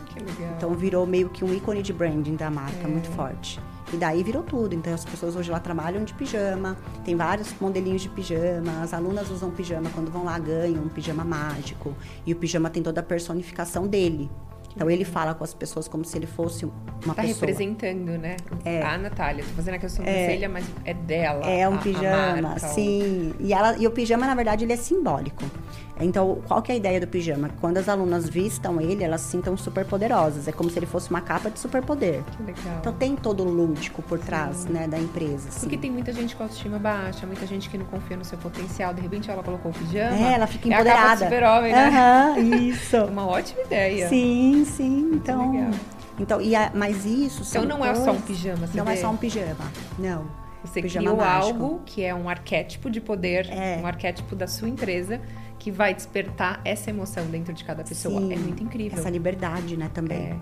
Speaker 1: Que legal.
Speaker 2: Então virou meio que um ícone de branding da marca é. muito forte. E daí virou tudo. Então as pessoas hoje lá trabalham de pijama, tem vários modelinhos de pijama, as alunas usam pijama quando vão lá, ganham um pijama mágico. E o pijama tem toda a personificação dele. Então ele fala com as pessoas como se ele fosse uma
Speaker 1: tá
Speaker 2: pessoa.
Speaker 1: representando, né?
Speaker 2: É.
Speaker 1: A Natália. Tô fazendo aqui a sobrancelha, mas é dela.
Speaker 2: É um
Speaker 1: a- a
Speaker 2: pijama,
Speaker 1: marca, o-
Speaker 2: sim. E, ela, e o pijama, na verdade, ele é simbólico. Então, qual que é a ideia do pijama? Quando as alunas vistam ele, elas se sintam super poderosas. É como se ele fosse uma capa de superpoder.
Speaker 1: Que legal.
Speaker 2: Então, tem todo o lúdico por trás, né, da empresa, assim.
Speaker 1: Porque tem muita gente com autoestima baixa, muita gente que não confia no seu potencial. De repente ela colocou o pijama.
Speaker 2: É, ela fica
Speaker 1: É a capa do
Speaker 2: empoderada.
Speaker 1: super-homem, né?
Speaker 2: Aham,
Speaker 1: É
Speaker 2: isso.
Speaker 1: uma ótima ideia.
Speaker 2: sim, sim, então...
Speaker 1: legal.
Speaker 2: Então, e a- mas isso
Speaker 1: Então
Speaker 2: são
Speaker 1: não é só um
Speaker 2: coisas-
Speaker 1: pijama, você
Speaker 2: Não é
Speaker 1: vê?
Speaker 2: só um pijama, não.
Speaker 1: Você
Speaker 2: pijama
Speaker 1: criou
Speaker 2: mágico.
Speaker 1: algo que é um arquétipo de poder,
Speaker 2: É.
Speaker 1: um arquétipo da sua empresa, que vai despertar essa emoção dentro de cada pessoa.
Speaker 2: Sim,
Speaker 1: é muito incrível.
Speaker 2: Essa liberdade, né, também.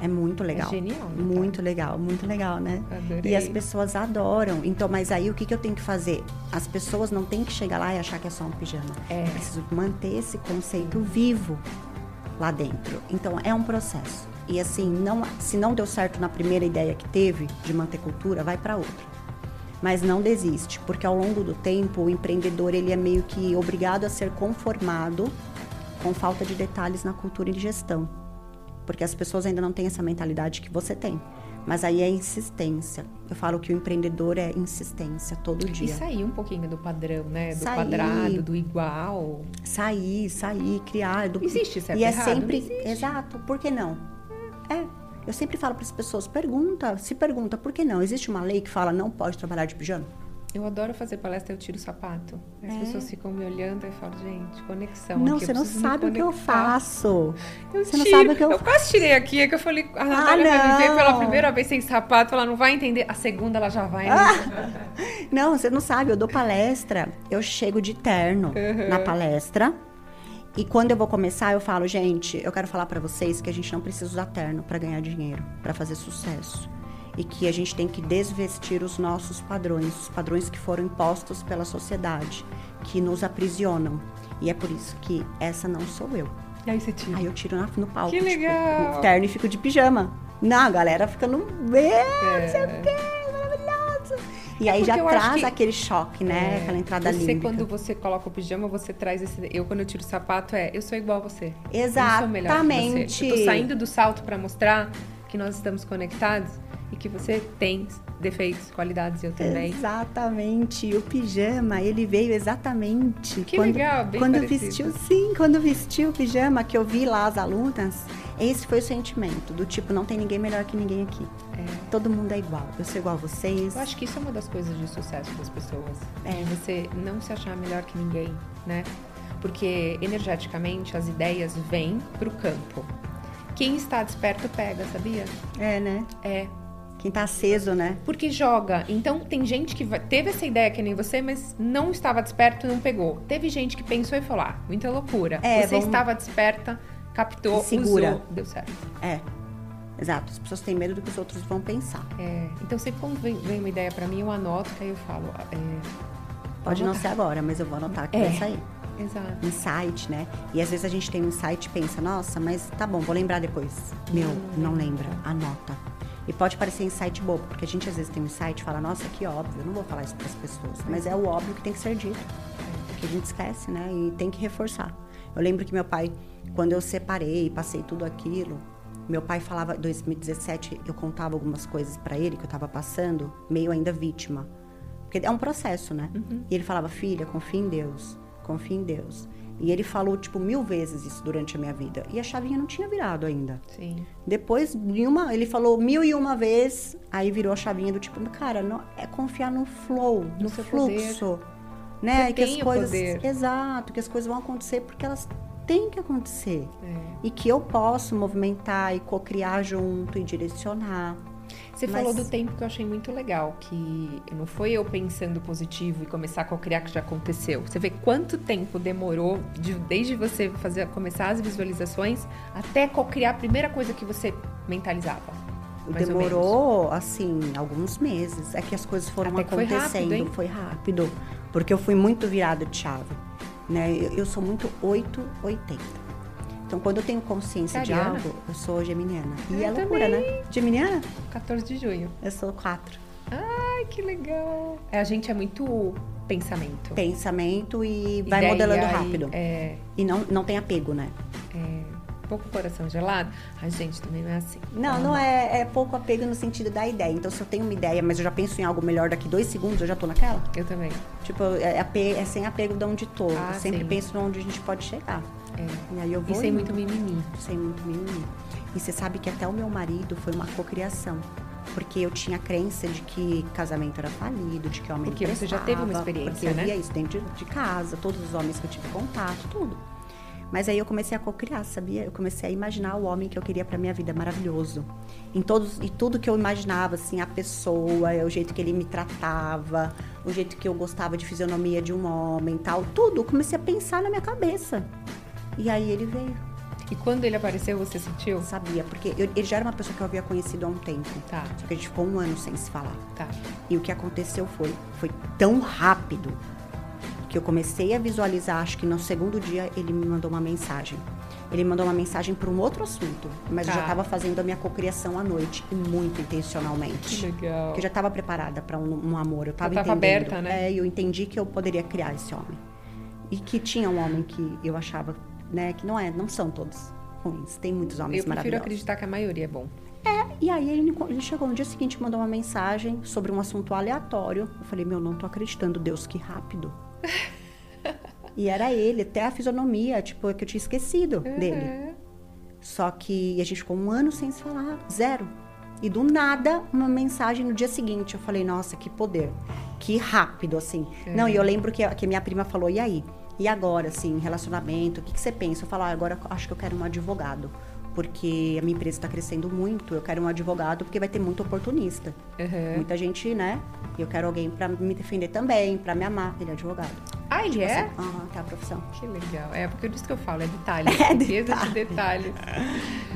Speaker 2: É, muito legal.
Speaker 1: É genial. Natália.
Speaker 2: Muito legal, muito legal, né?
Speaker 1: Adorei.
Speaker 2: E as pessoas adoram. Então, mas aí o que, que eu tenho que fazer? As pessoas não têm que chegar lá e achar que é só um pijama.
Speaker 1: É.
Speaker 2: Eu preciso manter esse conceito vivo lá dentro. Então, é um processo. E assim, não, se não deu certo na primeira ideia que teve de manter cultura, vai para outra. Mas não desiste, porque ao longo do tempo o empreendedor ele é meio que obrigado a ser conformado com falta de detalhes na cultura e gestão. Porque as pessoas ainda não têm essa mentalidade que você tem. Mas aí é insistência. Eu falo que o empreendedor é insistência todo
Speaker 1: E
Speaker 2: dia.
Speaker 1: sair um pouquinho do padrão, né? Do
Speaker 2: Sair.
Speaker 1: quadrado, do igual.
Speaker 2: Sair, sair, criar. do-
Speaker 1: é- Existe um certo
Speaker 2: E é
Speaker 1: errado?
Speaker 2: sempre.
Speaker 1: Não existe.
Speaker 2: Exato, por que não? É. Eu sempre falo para as pessoas, pergunta, se pergunta, por que não? Existe uma lei que fala não pode trabalhar de pijama?
Speaker 1: Eu adoro fazer palestra, eu tiro o sapato. As
Speaker 2: É.
Speaker 1: pessoas ficam me olhando e falam, gente, conexão.
Speaker 2: não,
Speaker 1: Então, aqui,
Speaker 2: você não
Speaker 1: preciso me
Speaker 2: sabe o que eu
Speaker 1: conectar."
Speaker 2: faço.
Speaker 1: Eu
Speaker 2: Você não
Speaker 1: tiro.
Speaker 2: sabe o que eu Ah,
Speaker 1: quase tirei aqui, é que eu falei, a Natália vai me
Speaker 2: não.
Speaker 1: ver pela primeira vez sem sapato, ela não vai entender. A segunda ela já vai.
Speaker 2: Ah.
Speaker 1: né?
Speaker 2: Não, você não sabe, eu dou palestra, eu chego de terno
Speaker 1: Uhum.
Speaker 2: na palestra. E quando eu vou começar, eu falo, gente, eu quero falar pra vocês que a gente não precisa usar terno pra ganhar dinheiro, pra fazer sucesso. E que a gente tem que desvestir os nossos padrões, os padrões que foram impostos pela sociedade, que nos aprisionam. E é por isso que essa não sou eu.
Speaker 1: E aí você tira.
Speaker 2: Aí eu tiro na- no palco,
Speaker 1: Que
Speaker 2: tipo,
Speaker 1: legal!
Speaker 2: o terno e fico de pijama. Não, a galera fica no... "É, não sei o quê, maravilhoso! E aí
Speaker 1: É porque
Speaker 2: já
Speaker 1: eu acho
Speaker 2: traz
Speaker 1: que- É,
Speaker 2: aquele choque, né? Aquela entrada
Speaker 1: você,
Speaker 2: límbica.
Speaker 1: quando você coloca o pijama, você traz esse. Eu, quando eu tiro o sapato, é eu sou igual a você. Eu sou melhor que você.
Speaker 2: Exatamente.
Speaker 1: Eu tô saindo do salto pra mostrar que nós estamos conectados e que você tem defeitos, qualidades, eu também.
Speaker 2: Exatamente. E o pijama, ele veio exatamente.
Speaker 1: Que
Speaker 2: quando,
Speaker 1: legal, bem
Speaker 2: Quando
Speaker 1: parecido.
Speaker 2: vestiu, sim, quando vestiu o pijama, que eu vi lá as alunas, esse foi o sentimento. Do tipo, não tem ninguém melhor que ninguém aqui. Todo mundo é igual. Eu sou igual a vocês.
Speaker 1: Eu acho que isso é uma das coisas de sucesso das pessoas.
Speaker 2: É.
Speaker 1: É você não se achar melhor que ninguém, né? Porque energeticamente as ideias vêm pro campo. Quem está desperto pega, sabia?
Speaker 2: É, né?
Speaker 1: É.
Speaker 2: Quem tá aceso, né?
Speaker 1: Porque joga. Então tem gente que va- teve essa ideia que nem você, mas não estava desperto e não pegou. Teve gente que pensou e falou: ah, muita loucura.
Speaker 2: É,
Speaker 1: você
Speaker 2: vamos-
Speaker 1: estava desperta, captou,
Speaker 2: E segura.
Speaker 1: usou, deu certo.
Speaker 2: É. Exato. As pessoas têm medo do que os outros vão pensar.
Speaker 1: É, Então sempre quando vem, vem uma ideia pra mim, eu anoto, que aí eu falo. ah,
Speaker 2: Pode
Speaker 1: Vou
Speaker 2: não
Speaker 1: anotar.
Speaker 2: ser agora, mas eu vou anotar que
Speaker 1: É.
Speaker 2: vai sair.
Speaker 1: É, exato.
Speaker 2: insight, né? E às vezes a gente tem um insight e pensa, nossa, mas tá bom, vou lembrar depois. Meu, não lembra, anota. E pode parecer insight bobo, porque a gente às vezes tem um insight e fala, nossa, que óbvio, eu não vou falar isso para as pessoas. Mas é o óbvio que tem que ser dito, porque a gente esquece, né? E tem que reforçar. Eu lembro que meu pai, quando eu separei, passei tudo aquilo, meu pai falava, 2017, eu contava algumas coisas para ele que eu tava passando, meio ainda vítima. Porque é um processo, né? E ele falava, filha, confia em Deus, confia em Deus. E ele falou, tipo, mil vezes isso durante a minha vida. E a chavinha não tinha virado ainda.
Speaker 1: Sim.
Speaker 2: Depois, de uma, ele falou mil e uma vez, aí virou a chavinha do tipo, cara, não, é confiar no flow, no,
Speaker 1: seu
Speaker 2: fluxo. Né?
Speaker 1: Você
Speaker 2: E que
Speaker 1: tem
Speaker 2: as
Speaker 1: o
Speaker 2: coisas.
Speaker 1: poder.
Speaker 2: Exato, que as coisas vão acontecer porque elas têm que acontecer.
Speaker 1: É.
Speaker 2: E que eu posso movimentar e co-criar junto e direcionar.
Speaker 1: Você
Speaker 2: Mas-
Speaker 1: falou do tempo que eu achei muito legal, que não foi eu pensando positivo e começar a co-criar que já aconteceu. Você vê quanto tempo demorou de- desde você fazer, começar as visualizações até co-criar a primeira coisa que você mentalizava. mais ou menos.
Speaker 2: Demorou, assim, alguns meses. É que as coisas foram
Speaker 1: Até que foi rápido, hein?
Speaker 2: acontecendo. Foi rápido, Porque eu fui muito virada de chave. Né? Eu, eu sou muito 880. Então, quando eu tenho consciência
Speaker 1: Ariana?
Speaker 2: de algo, eu sou geminiana.
Speaker 1: Eu
Speaker 2: e é loucura, né? Geminiana?
Speaker 1: 14 de junho.
Speaker 2: Eu sou quatro.
Speaker 1: Ai, que legal. É, a gente é muito pensamento.
Speaker 2: Pensamento e vai
Speaker 1: Ideia
Speaker 2: modelando
Speaker 1: e-
Speaker 2: rápido.
Speaker 1: É,
Speaker 2: E não, não tem apego, né?
Speaker 1: é, pouco coração gelado. Ai, gente, também não é assim.
Speaker 2: Não, não é, é pouco apego no sentido da ideia. Então, se eu tenho uma ideia, mas eu já penso em algo melhor daqui dois segundos, eu já tô naquela.
Speaker 1: Eu também.
Speaker 2: Tipo, é, ape- é sem apego de onde tô.
Speaker 1: Ah,
Speaker 2: eu sempre
Speaker 1: sim.
Speaker 2: penso onde a gente pode chegar.
Speaker 1: É.
Speaker 2: E aí eu
Speaker 1: E
Speaker 2: vou.
Speaker 1: sem
Speaker 2: indo.
Speaker 1: muito mimimi.
Speaker 2: Sem muito mimimi. E você sabe que até o meu marido foi uma cocriação. Porque eu tinha a crença de que casamento era falido, de que homem não
Speaker 1: Porque você já
Speaker 2: prestava,
Speaker 1: teve uma experiência,
Speaker 2: porque eu
Speaker 1: né?
Speaker 2: via isso dentro de, de casa, todos os homens que eu tive contato, tudo. Mas aí eu comecei a cocriar, sabia? Eu comecei a imaginar o homem que eu queria pra minha vida, maravilhoso. Em todos e tudo que eu imaginava, assim, a pessoa, o jeito que ele me tratava, o jeito que eu gostava de fisionomia de um homem, tal, tudo, eu comecei a pensar na minha cabeça. E aí ele veio.
Speaker 1: E quando ele apareceu, você sentiu?
Speaker 2: Eu sabia, porque eu- ele já era uma pessoa que eu havia conhecido há um tempo.
Speaker 1: Tá,
Speaker 2: Só que a gente ficou um ano sem se falar.
Speaker 1: tá.
Speaker 2: E o que aconteceu foi, foi tão rápido que eu comecei a visualizar, acho que no segundo dia ele me mandou uma mensagem. Ele me mandou uma mensagem para um outro assunto, mas eu
Speaker 1: Tá.
Speaker 2: já estava fazendo a minha cocriação à noite e muito intencionalmente.
Speaker 1: Que legal.
Speaker 2: Porque eu já estava preparada para um, um amor, eu estava
Speaker 1: tava
Speaker 2: entendendo.
Speaker 1: aberta, né?
Speaker 2: É, e eu entendi que eu poderia criar esse homem. E que tinha um homem que eu achava, né, que não é, não são todos ruins. Tem muitos homens
Speaker 1: Eu prefiro
Speaker 2: maravilhosos.
Speaker 1: acreditar que a maioria é bom.
Speaker 2: E aí ele, me co- ele chegou no dia seguinte e mandou uma mensagem sobre um assunto aleatório. Eu falei, meu, não tô acreditando, Deus, que rápido. e era ele, até a fisionomia, tipo, que eu tinha esquecido dele.
Speaker 1: Uhum.
Speaker 2: Só que a gente ficou um ano sem se falar, zero. E do nada, uma mensagem no dia seguinte. Eu falei, nossa, que poder, que rápido, assim. Não, e eu lembro que, que minha prima falou, e aí? E agora, assim, relacionamento, o que, que você pensa? Eu falo, ah, agora eu acho que eu quero um advogado. Porque a minha empresa está crescendo muito, eu quero um advogado porque vai ter muito oportunista.
Speaker 1: Uhum.
Speaker 2: Muita gente, né? E eu quero alguém para me defender também, para me amar. Ele é advogado.
Speaker 1: Ah, ele é?
Speaker 2: Assim, Aham, tá a profissão.
Speaker 1: Que legal. É, porque eu disse que eu falo, é detalhe.
Speaker 2: É
Speaker 1: Riqueza de detalhes.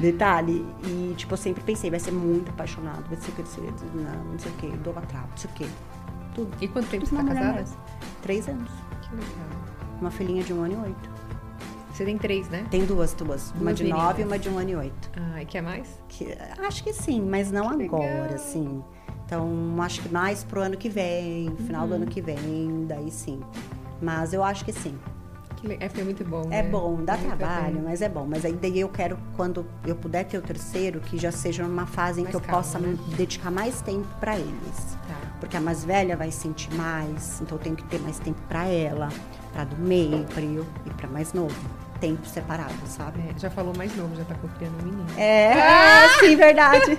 Speaker 2: Detalhe, e tipo, eu sempre pensei, vai ser muito apaixonado, vai ser o que ele seria, não, não sei o que, idolatrado, não sei o que. Tudo.
Speaker 1: E quanto tempo você
Speaker 2: Uma
Speaker 1: tá
Speaker 2: mulher
Speaker 1: casada?
Speaker 2: é mesmo. Três anos.
Speaker 1: Que legal.
Speaker 2: Uma filhinha de um ano e oito.
Speaker 1: Você tem três, né?
Speaker 2: Tem duas, duas. Uma
Speaker 1: Duas
Speaker 2: de nove e
Speaker 1: meninas.
Speaker 2: uma de um ano e oito.
Speaker 1: Ah, e quer mais?
Speaker 2: Que, acho que sim, mas não
Speaker 1: Que
Speaker 2: agora,
Speaker 1: legal.
Speaker 2: assim. Então, acho que mais pro ano que vem, final
Speaker 1: Uhum.
Speaker 2: do ano que vem, daí sim. Mas eu acho que sim.
Speaker 1: Que le- É, foi muito bom. né?
Speaker 2: É bom, dá
Speaker 1: Foi muito
Speaker 2: trabalho,
Speaker 1: bom.
Speaker 2: mas é bom. Mas aí daí eu quero, quando eu puder ter o terceiro, que já seja numa fase em
Speaker 1: Mais
Speaker 2: que eu
Speaker 1: calma,
Speaker 2: possa
Speaker 1: né?
Speaker 2: dedicar mais tempo pra eles.
Speaker 1: Tá.
Speaker 2: Porque a mais velha vai sentir mais, então eu tenho que ter mais tempo pra ela, pra do meio, pra eu e pra mais novo. Tempo separado, sabe?
Speaker 1: É, já falou mais novo, já tá copiando o menino.
Speaker 2: É, sim, verdade.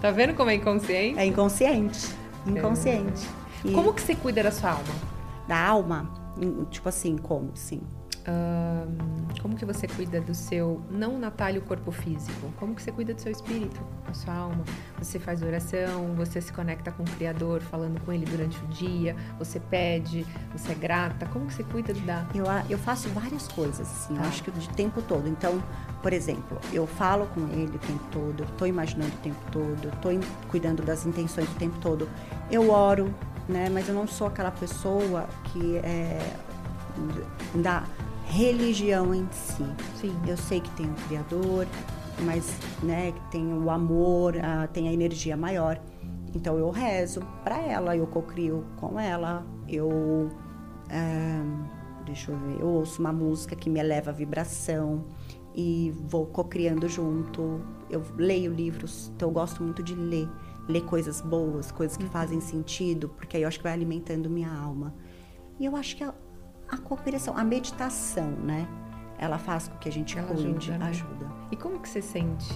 Speaker 1: Tá vendo como é inconsciente?
Speaker 2: É inconsciente. Inconsciente. E
Speaker 1: É. Como que você cuida da sua alma?
Speaker 2: Da alma, hum, tipo assim, como, sim.
Speaker 1: Ahn, como que você cuida do seu, não Natália, o corpo físico, como que você cuida do seu espírito, da sua alma? Você faz oração, você se conecta com o Criador, falando com ele durante o dia, você pede, você é grata, como que você cuida da...
Speaker 2: Eu, a- eu faço várias coisas, assim, eu
Speaker 1: Tá.
Speaker 2: acho que de tempo todo. Então, por exemplo, eu falo com ele o tempo todo, eu tô imaginando o tempo todo, eu tô in- cuidando das intenções o tempo todo. Eu oro, né? Mas eu não sou aquela pessoa que é d- da religião em si.
Speaker 1: Sim,
Speaker 2: Eu sei que tem o Criador, mas, né, que tem o amor, a- tem a energia maior. Então eu rezo pra ela, eu cocrio com ela, eu. é, deixa eu ver, eu ouço uma música que me eleva a vibração e vou cocriando junto. Eu leio livros, então eu gosto muito de ler, ler coisas boas, coisas que fazem sentido, porque aí eu acho que vai alimentando minha alma. E eu acho que a, a cocriação, a meditação, né? Ela faz com que a gente
Speaker 1: Ela
Speaker 2: cuide,
Speaker 1: ajuda, né?
Speaker 2: ajuda.
Speaker 1: e como que você sente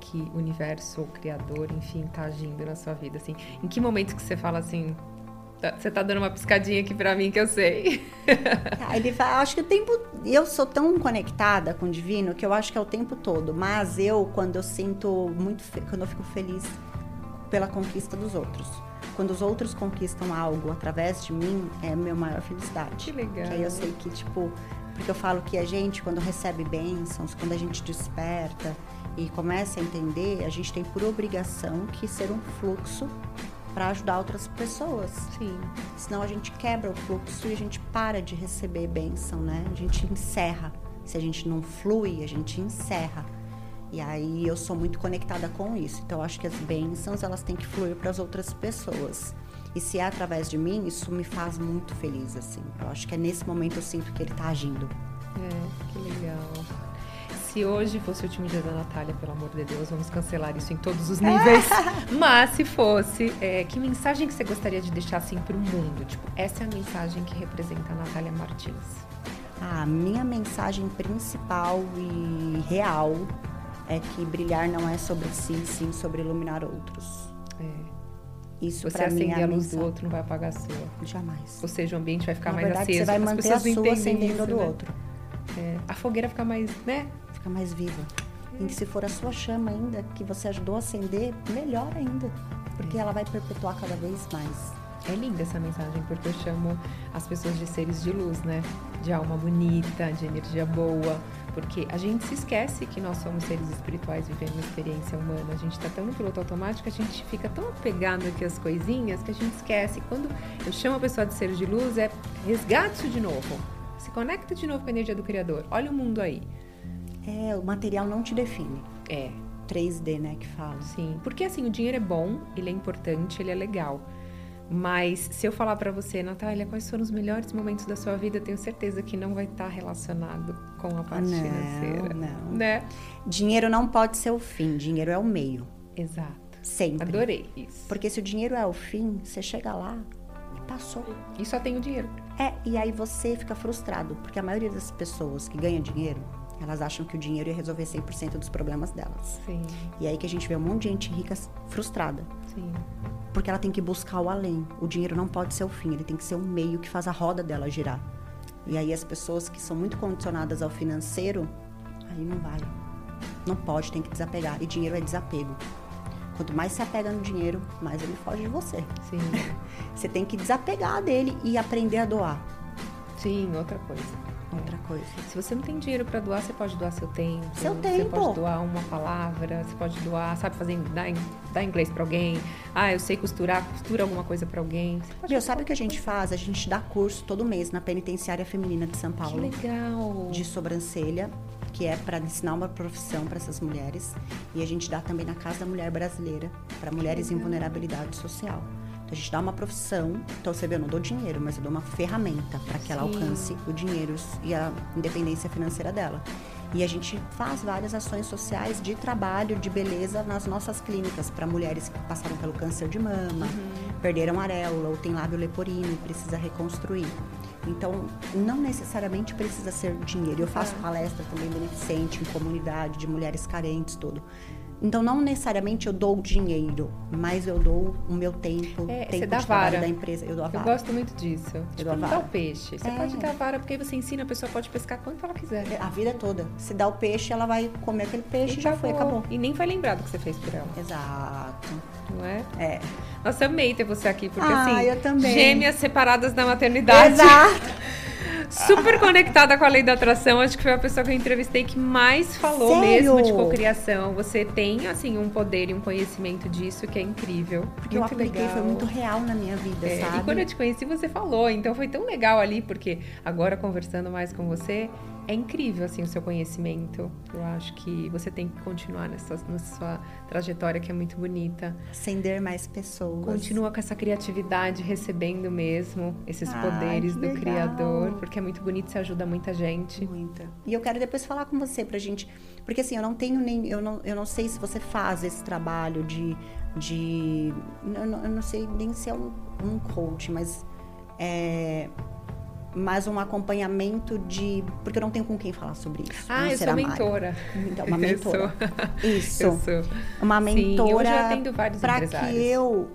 Speaker 1: que o universo, o Criador, enfim, tá agindo na sua vida, assim, em que momentos que você fala assim, tá- você tá dando uma piscadinha aqui pra mim que eu sei?
Speaker 2: Ah, Ele fala, acho que o tempo. Eu sou tão conectada com o divino que eu acho que é o tempo todo. Mas eu, quando eu sinto muito. fe- Quando eu fico feliz pela conquista dos outros. Quando os outros conquistam algo através de mim, é a minha maior felicidade.
Speaker 1: Que legal.
Speaker 2: Que aí eu sei que, tipo, porque eu falo que a gente, quando recebe bênçãos, quando a gente desperta e começa a entender, a gente tem por obrigação que ser um fluxo para ajudar outras pessoas.
Speaker 1: Sim,
Speaker 2: Senão a gente quebra o fluxo e a gente para de receber bênção, né? A gente encerra Se a gente não flui, a gente encerra. E aí eu sou muito conectada com isso. Então eu acho que as bênçãos elas têm que fluir para as outras pessoas. E se é através de mim, isso me faz muito feliz assim. Eu acho que é nesse momento eu sinto que ele está agindo.
Speaker 1: É, que legal. Se hoje fosse o último dia da Natália, pelo amor de Deus, vamos cancelar isso em todos os níveis. Mas se fosse, é, que mensagem que você gostaria de deixar assim para o mundo? Tipo, essa é a mensagem que representa a Natália Martins.
Speaker 2: A minha mensagem principal e real é que brilhar não é sobre si, sim sobre iluminar outros.
Speaker 1: É.
Speaker 2: Isso
Speaker 1: Você
Speaker 2: para mim
Speaker 1: acender
Speaker 2: é
Speaker 1: a luz
Speaker 2: mensagem.
Speaker 1: do outro não vai apagar a sua.
Speaker 2: Jamais.
Speaker 1: Ou seja, o ambiente vai ficar
Speaker 2: Na
Speaker 1: mais
Speaker 2: verdade,
Speaker 1: aceso.
Speaker 2: você vai
Speaker 1: As
Speaker 2: manter a
Speaker 1: pessoas não
Speaker 2: sua
Speaker 1: entendem
Speaker 2: acendendo
Speaker 1: isso,
Speaker 2: do
Speaker 1: né?
Speaker 2: outro.
Speaker 1: É, a fogueira fica mais, né?
Speaker 2: Fica mais viva. E se for a sua chama ainda, que você ajudou a acender, melhor ainda. Porque ela vai perpetuar cada vez mais.
Speaker 1: É linda essa mensagem, porque eu chamo as pessoas de seres de luz, né? De alma bonita, de energia boa. Porque a gente se esquece que nós somos seres espirituais vivendo uma experiência humana. A gente tá tão no piloto automático, a gente fica tão apegado aqui às coisinhas que a gente esquece. Quando eu chamo a pessoa de seres de luz, é resgate isso de novo. Se conecta de novo com a energia do Criador. Olha o mundo aí.
Speaker 2: É, o material não te define.
Speaker 1: É,
Speaker 2: 3D, né, que fala.
Speaker 1: Sim, porque assim, o dinheiro é bom, ele é importante, ele é legal. Mas se eu falar pra você, Natália, quais foram os melhores momentos da sua vida, eu tenho certeza que não vai estar relacionado com a parte
Speaker 2: Não,
Speaker 1: financeira.
Speaker 2: não.
Speaker 1: Né?
Speaker 2: Dinheiro não pode ser o fim, dinheiro é o meio.
Speaker 1: Exato.
Speaker 2: Sempre.
Speaker 1: Adorei isso.
Speaker 2: Porque se o dinheiro é o fim, você chega lá e passou.
Speaker 1: E só tem o dinheiro.
Speaker 2: É, e aí você fica frustrado, porque a maioria das pessoas que ganham dinheiro, elas acham que o dinheiro ia resolver 100% dos problemas delas.
Speaker 1: Sim,
Speaker 2: E aí que a gente vê um monte de gente rica frustrada,
Speaker 1: sim.
Speaker 2: porque ela tem que buscar o além. O dinheiro não pode ser o fim, ele tem que ser um meio que faz a roda dela girar. E aí as pessoas que são muito condicionadas ao financeiro, aí não vai. Não pode, tem que desapegar. E dinheiro é desapego. Quanto mais se apega no dinheiro, mais ele foge de você.
Speaker 1: Sim,
Speaker 2: Você tem que desapegar dele e aprender a doar.
Speaker 1: sim, outra coisa.
Speaker 2: Outra coisa.
Speaker 1: Se você não tem dinheiro pra doar, você pode doar seu tempo.
Speaker 2: Seu
Speaker 1: Você
Speaker 2: tempo.
Speaker 1: pode doar uma palavra, você pode doar, sabe, fazer, dar, in- dar inglês pra alguém. Ah, eu sei costurar, costura alguma coisa pra alguém. Você pode
Speaker 2: Meu, sabe o que a gente faz? A gente dá curso todo mês na penitenciária feminina de São
Speaker 1: Que
Speaker 2: Paulo
Speaker 1: legal.
Speaker 2: de sobrancelha, que é para ensinar uma profissão para essas mulheres, e a gente dá também na Casa da Mulher Brasileira para mulheres em vulnerabilidade social. Então a gente dá uma profissão, então você vê, eu não dou dinheiro, mas eu dou uma ferramenta para que ela
Speaker 1: Sim.
Speaker 2: alcance o dinheiro e a independência financeira dela. E a gente faz várias ações sociais de trabalho, de beleza nas nossas clínicas para mulheres que passaram pelo câncer de mama,
Speaker 1: Uhum.
Speaker 2: perderam areola ou tem lábio leporino e precisa reconstruir. Então, não necessariamente precisa ser dinheiro. Eu faço
Speaker 1: Tá.
Speaker 2: palestra também beneficente em comunidade de mulheres carentes, tudo. Então, não necessariamente eu dou o dinheiro, mas eu dou o meu tempo,
Speaker 1: É, você
Speaker 2: tempo
Speaker 1: dá
Speaker 2: de trabalho
Speaker 1: vara.
Speaker 2: da empresa. Eu dou a
Speaker 1: Eu
Speaker 2: vara.
Speaker 1: gosto muito disso. Tipo,
Speaker 2: dou a
Speaker 1: não dá
Speaker 2: vara.
Speaker 1: o peixe. Você
Speaker 2: É.
Speaker 1: pode dar a vara, porque aí você ensina, a pessoa pode pescar quanto ela quiser.
Speaker 2: A vida toda. Se dá o peixe, ela vai comer aquele peixe
Speaker 1: E
Speaker 2: e já foi, acabou.
Speaker 1: E nem vai lembrar do que você fez por ela,
Speaker 2: Exato.
Speaker 1: não é?
Speaker 2: É.
Speaker 1: Nossa, amei ter você aqui, porque
Speaker 2: Ah,
Speaker 1: assim,
Speaker 2: eu também.
Speaker 1: gêmeas separadas da maternidade.
Speaker 2: Exato.
Speaker 1: Super conectada com a lei da atração. Acho que foi a pessoa que eu entrevistei que mais falou
Speaker 2: Sério?
Speaker 1: mesmo de cocriação. Você tem, assim, um poder e um conhecimento disso que é incrível.
Speaker 2: Porque
Speaker 1: muito
Speaker 2: eu apliquei,
Speaker 1: legal.
Speaker 2: foi muito real na minha vida,
Speaker 1: É,
Speaker 2: sabe?
Speaker 1: e quando eu te conheci, você falou. Então foi tão legal ali, porque agora conversando mais com você, é incrível assim o seu conhecimento. Eu acho que você tem que continuar nessa, nessa sua trajetória que é muito bonita.
Speaker 2: Acender mais pessoas.
Speaker 1: Continua com essa criatividade, recebendo mesmo esses
Speaker 2: Ai,
Speaker 1: poderes
Speaker 2: Ah, que
Speaker 1: do
Speaker 2: legal.
Speaker 1: Criador, porque é muito bonito, você ajuda muita gente.
Speaker 2: Muita. E eu quero depois falar com você pra gente. Porque assim, eu não tenho nem. Eu não, eu não sei se você faz esse trabalho de. de eu, não, eu não sei nem se é um, um coach, mas. É, mas um acompanhamento de. Porque eu não tenho com quem falar sobre isso.
Speaker 1: Ah,
Speaker 2: não
Speaker 1: eu
Speaker 2: será
Speaker 1: sou
Speaker 2: Mari.
Speaker 1: mentora.
Speaker 2: Então, uma
Speaker 1: Eu sou.
Speaker 2: mentora. Isso.
Speaker 1: Eu sou.
Speaker 2: Uma
Speaker 1: Sim, hoje eu
Speaker 2: mentora
Speaker 1: atendo vários
Speaker 2: para
Speaker 1: empresários.
Speaker 2: que eu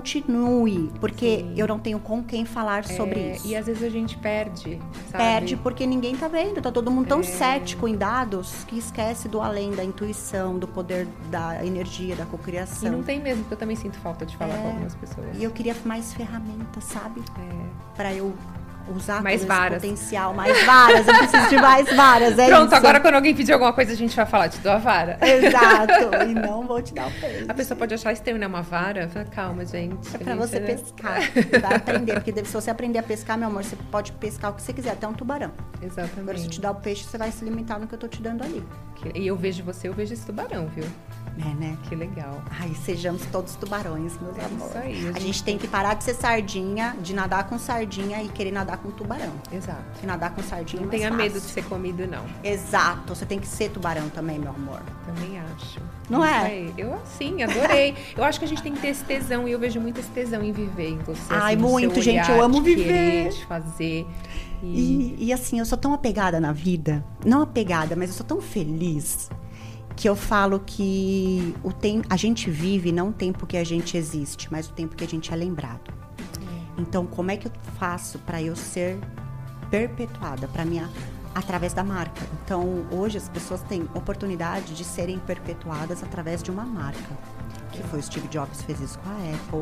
Speaker 2: continue. Porque
Speaker 1: Sim.
Speaker 2: eu não tenho com quem falar sobre
Speaker 1: É,
Speaker 2: isso.
Speaker 1: E às vezes a gente perde, sabe?
Speaker 2: Perde porque ninguém tá vendo, tá todo
Speaker 1: É.
Speaker 2: mundo tão cético em dados que esquece do além, da intuição, do poder da energia, da
Speaker 1: E não
Speaker 2: cocriação.
Speaker 1: tem mesmo, porque eu também sinto falta de falar
Speaker 2: É.
Speaker 1: com algumas pessoas.
Speaker 2: E eu queria mais ferramentas, sabe?
Speaker 1: É.
Speaker 2: Pra eu usar
Speaker 1: Mais
Speaker 2: todo
Speaker 1: varas.
Speaker 2: esse potencial, mais varas, eu preciso de mais varas, é
Speaker 1: Pronto,
Speaker 2: isso.
Speaker 1: agora quando alguém pedir alguma coisa, a gente vai falar, te dou a vara.
Speaker 2: Exato, e não vou te dar o peso.
Speaker 1: A pessoa pode achar estranho, né? Uma vara. Fala, calma, gente.
Speaker 2: É
Speaker 1: a
Speaker 2: pra
Speaker 1: gente,
Speaker 2: você
Speaker 1: né?
Speaker 2: pescar, vai aprender, porque se você aprender a pescar, meu amor, você pode pescar o que você quiser, até um tubarão. Agora, se eu
Speaker 1: Exatamente.
Speaker 2: te dar um o peixe, você vai se limitar no que eu tô te dando ali.
Speaker 1: Que- E eu vejo você, eu vejo esse tubarão, viu?
Speaker 2: É, né?
Speaker 1: Que legal.
Speaker 2: Ai, sejamos todos tubarões, meus
Speaker 1: É isso
Speaker 2: amores.
Speaker 1: aí, a
Speaker 2: a,
Speaker 1: gente-
Speaker 2: gente... tem que parar de ser sardinha, de nadar com sardinha e querer nadar com tubarão.
Speaker 1: Exato.
Speaker 2: Porque nadar com sardinha
Speaker 1: Não
Speaker 2: é mais
Speaker 1: tenha medo de
Speaker 2: fácil.
Speaker 1: ser comido, não.
Speaker 2: Exato, você tem que ser tubarão também, meu amor.
Speaker 1: Também acho.
Speaker 2: Não é?
Speaker 1: Aí. Eu, sim, adorei. eu acho que a gente tem que ter esse tesão e eu vejo muito esse tesão em viver em você.
Speaker 2: Ai,
Speaker 1: assim, no
Speaker 2: muito,
Speaker 1: seu
Speaker 2: gente, eu
Speaker 1: olhar,
Speaker 2: amo
Speaker 1: de
Speaker 2: viver.
Speaker 1: Querer, de fazer. E,
Speaker 2: E, e assim, eu sou tão apegada na vida, não apegada, mas eu sou tão feliz que eu falo que o tem, a gente vive não o tempo que a gente existe, mas o tempo que a gente é lembrado. Então, como é que eu faço para eu ser perpetuada, para minha através da marca? Então, hoje as pessoas têm oportunidade de serem perpetuadas através de uma marca, que foi o Steve Jobs fez isso com a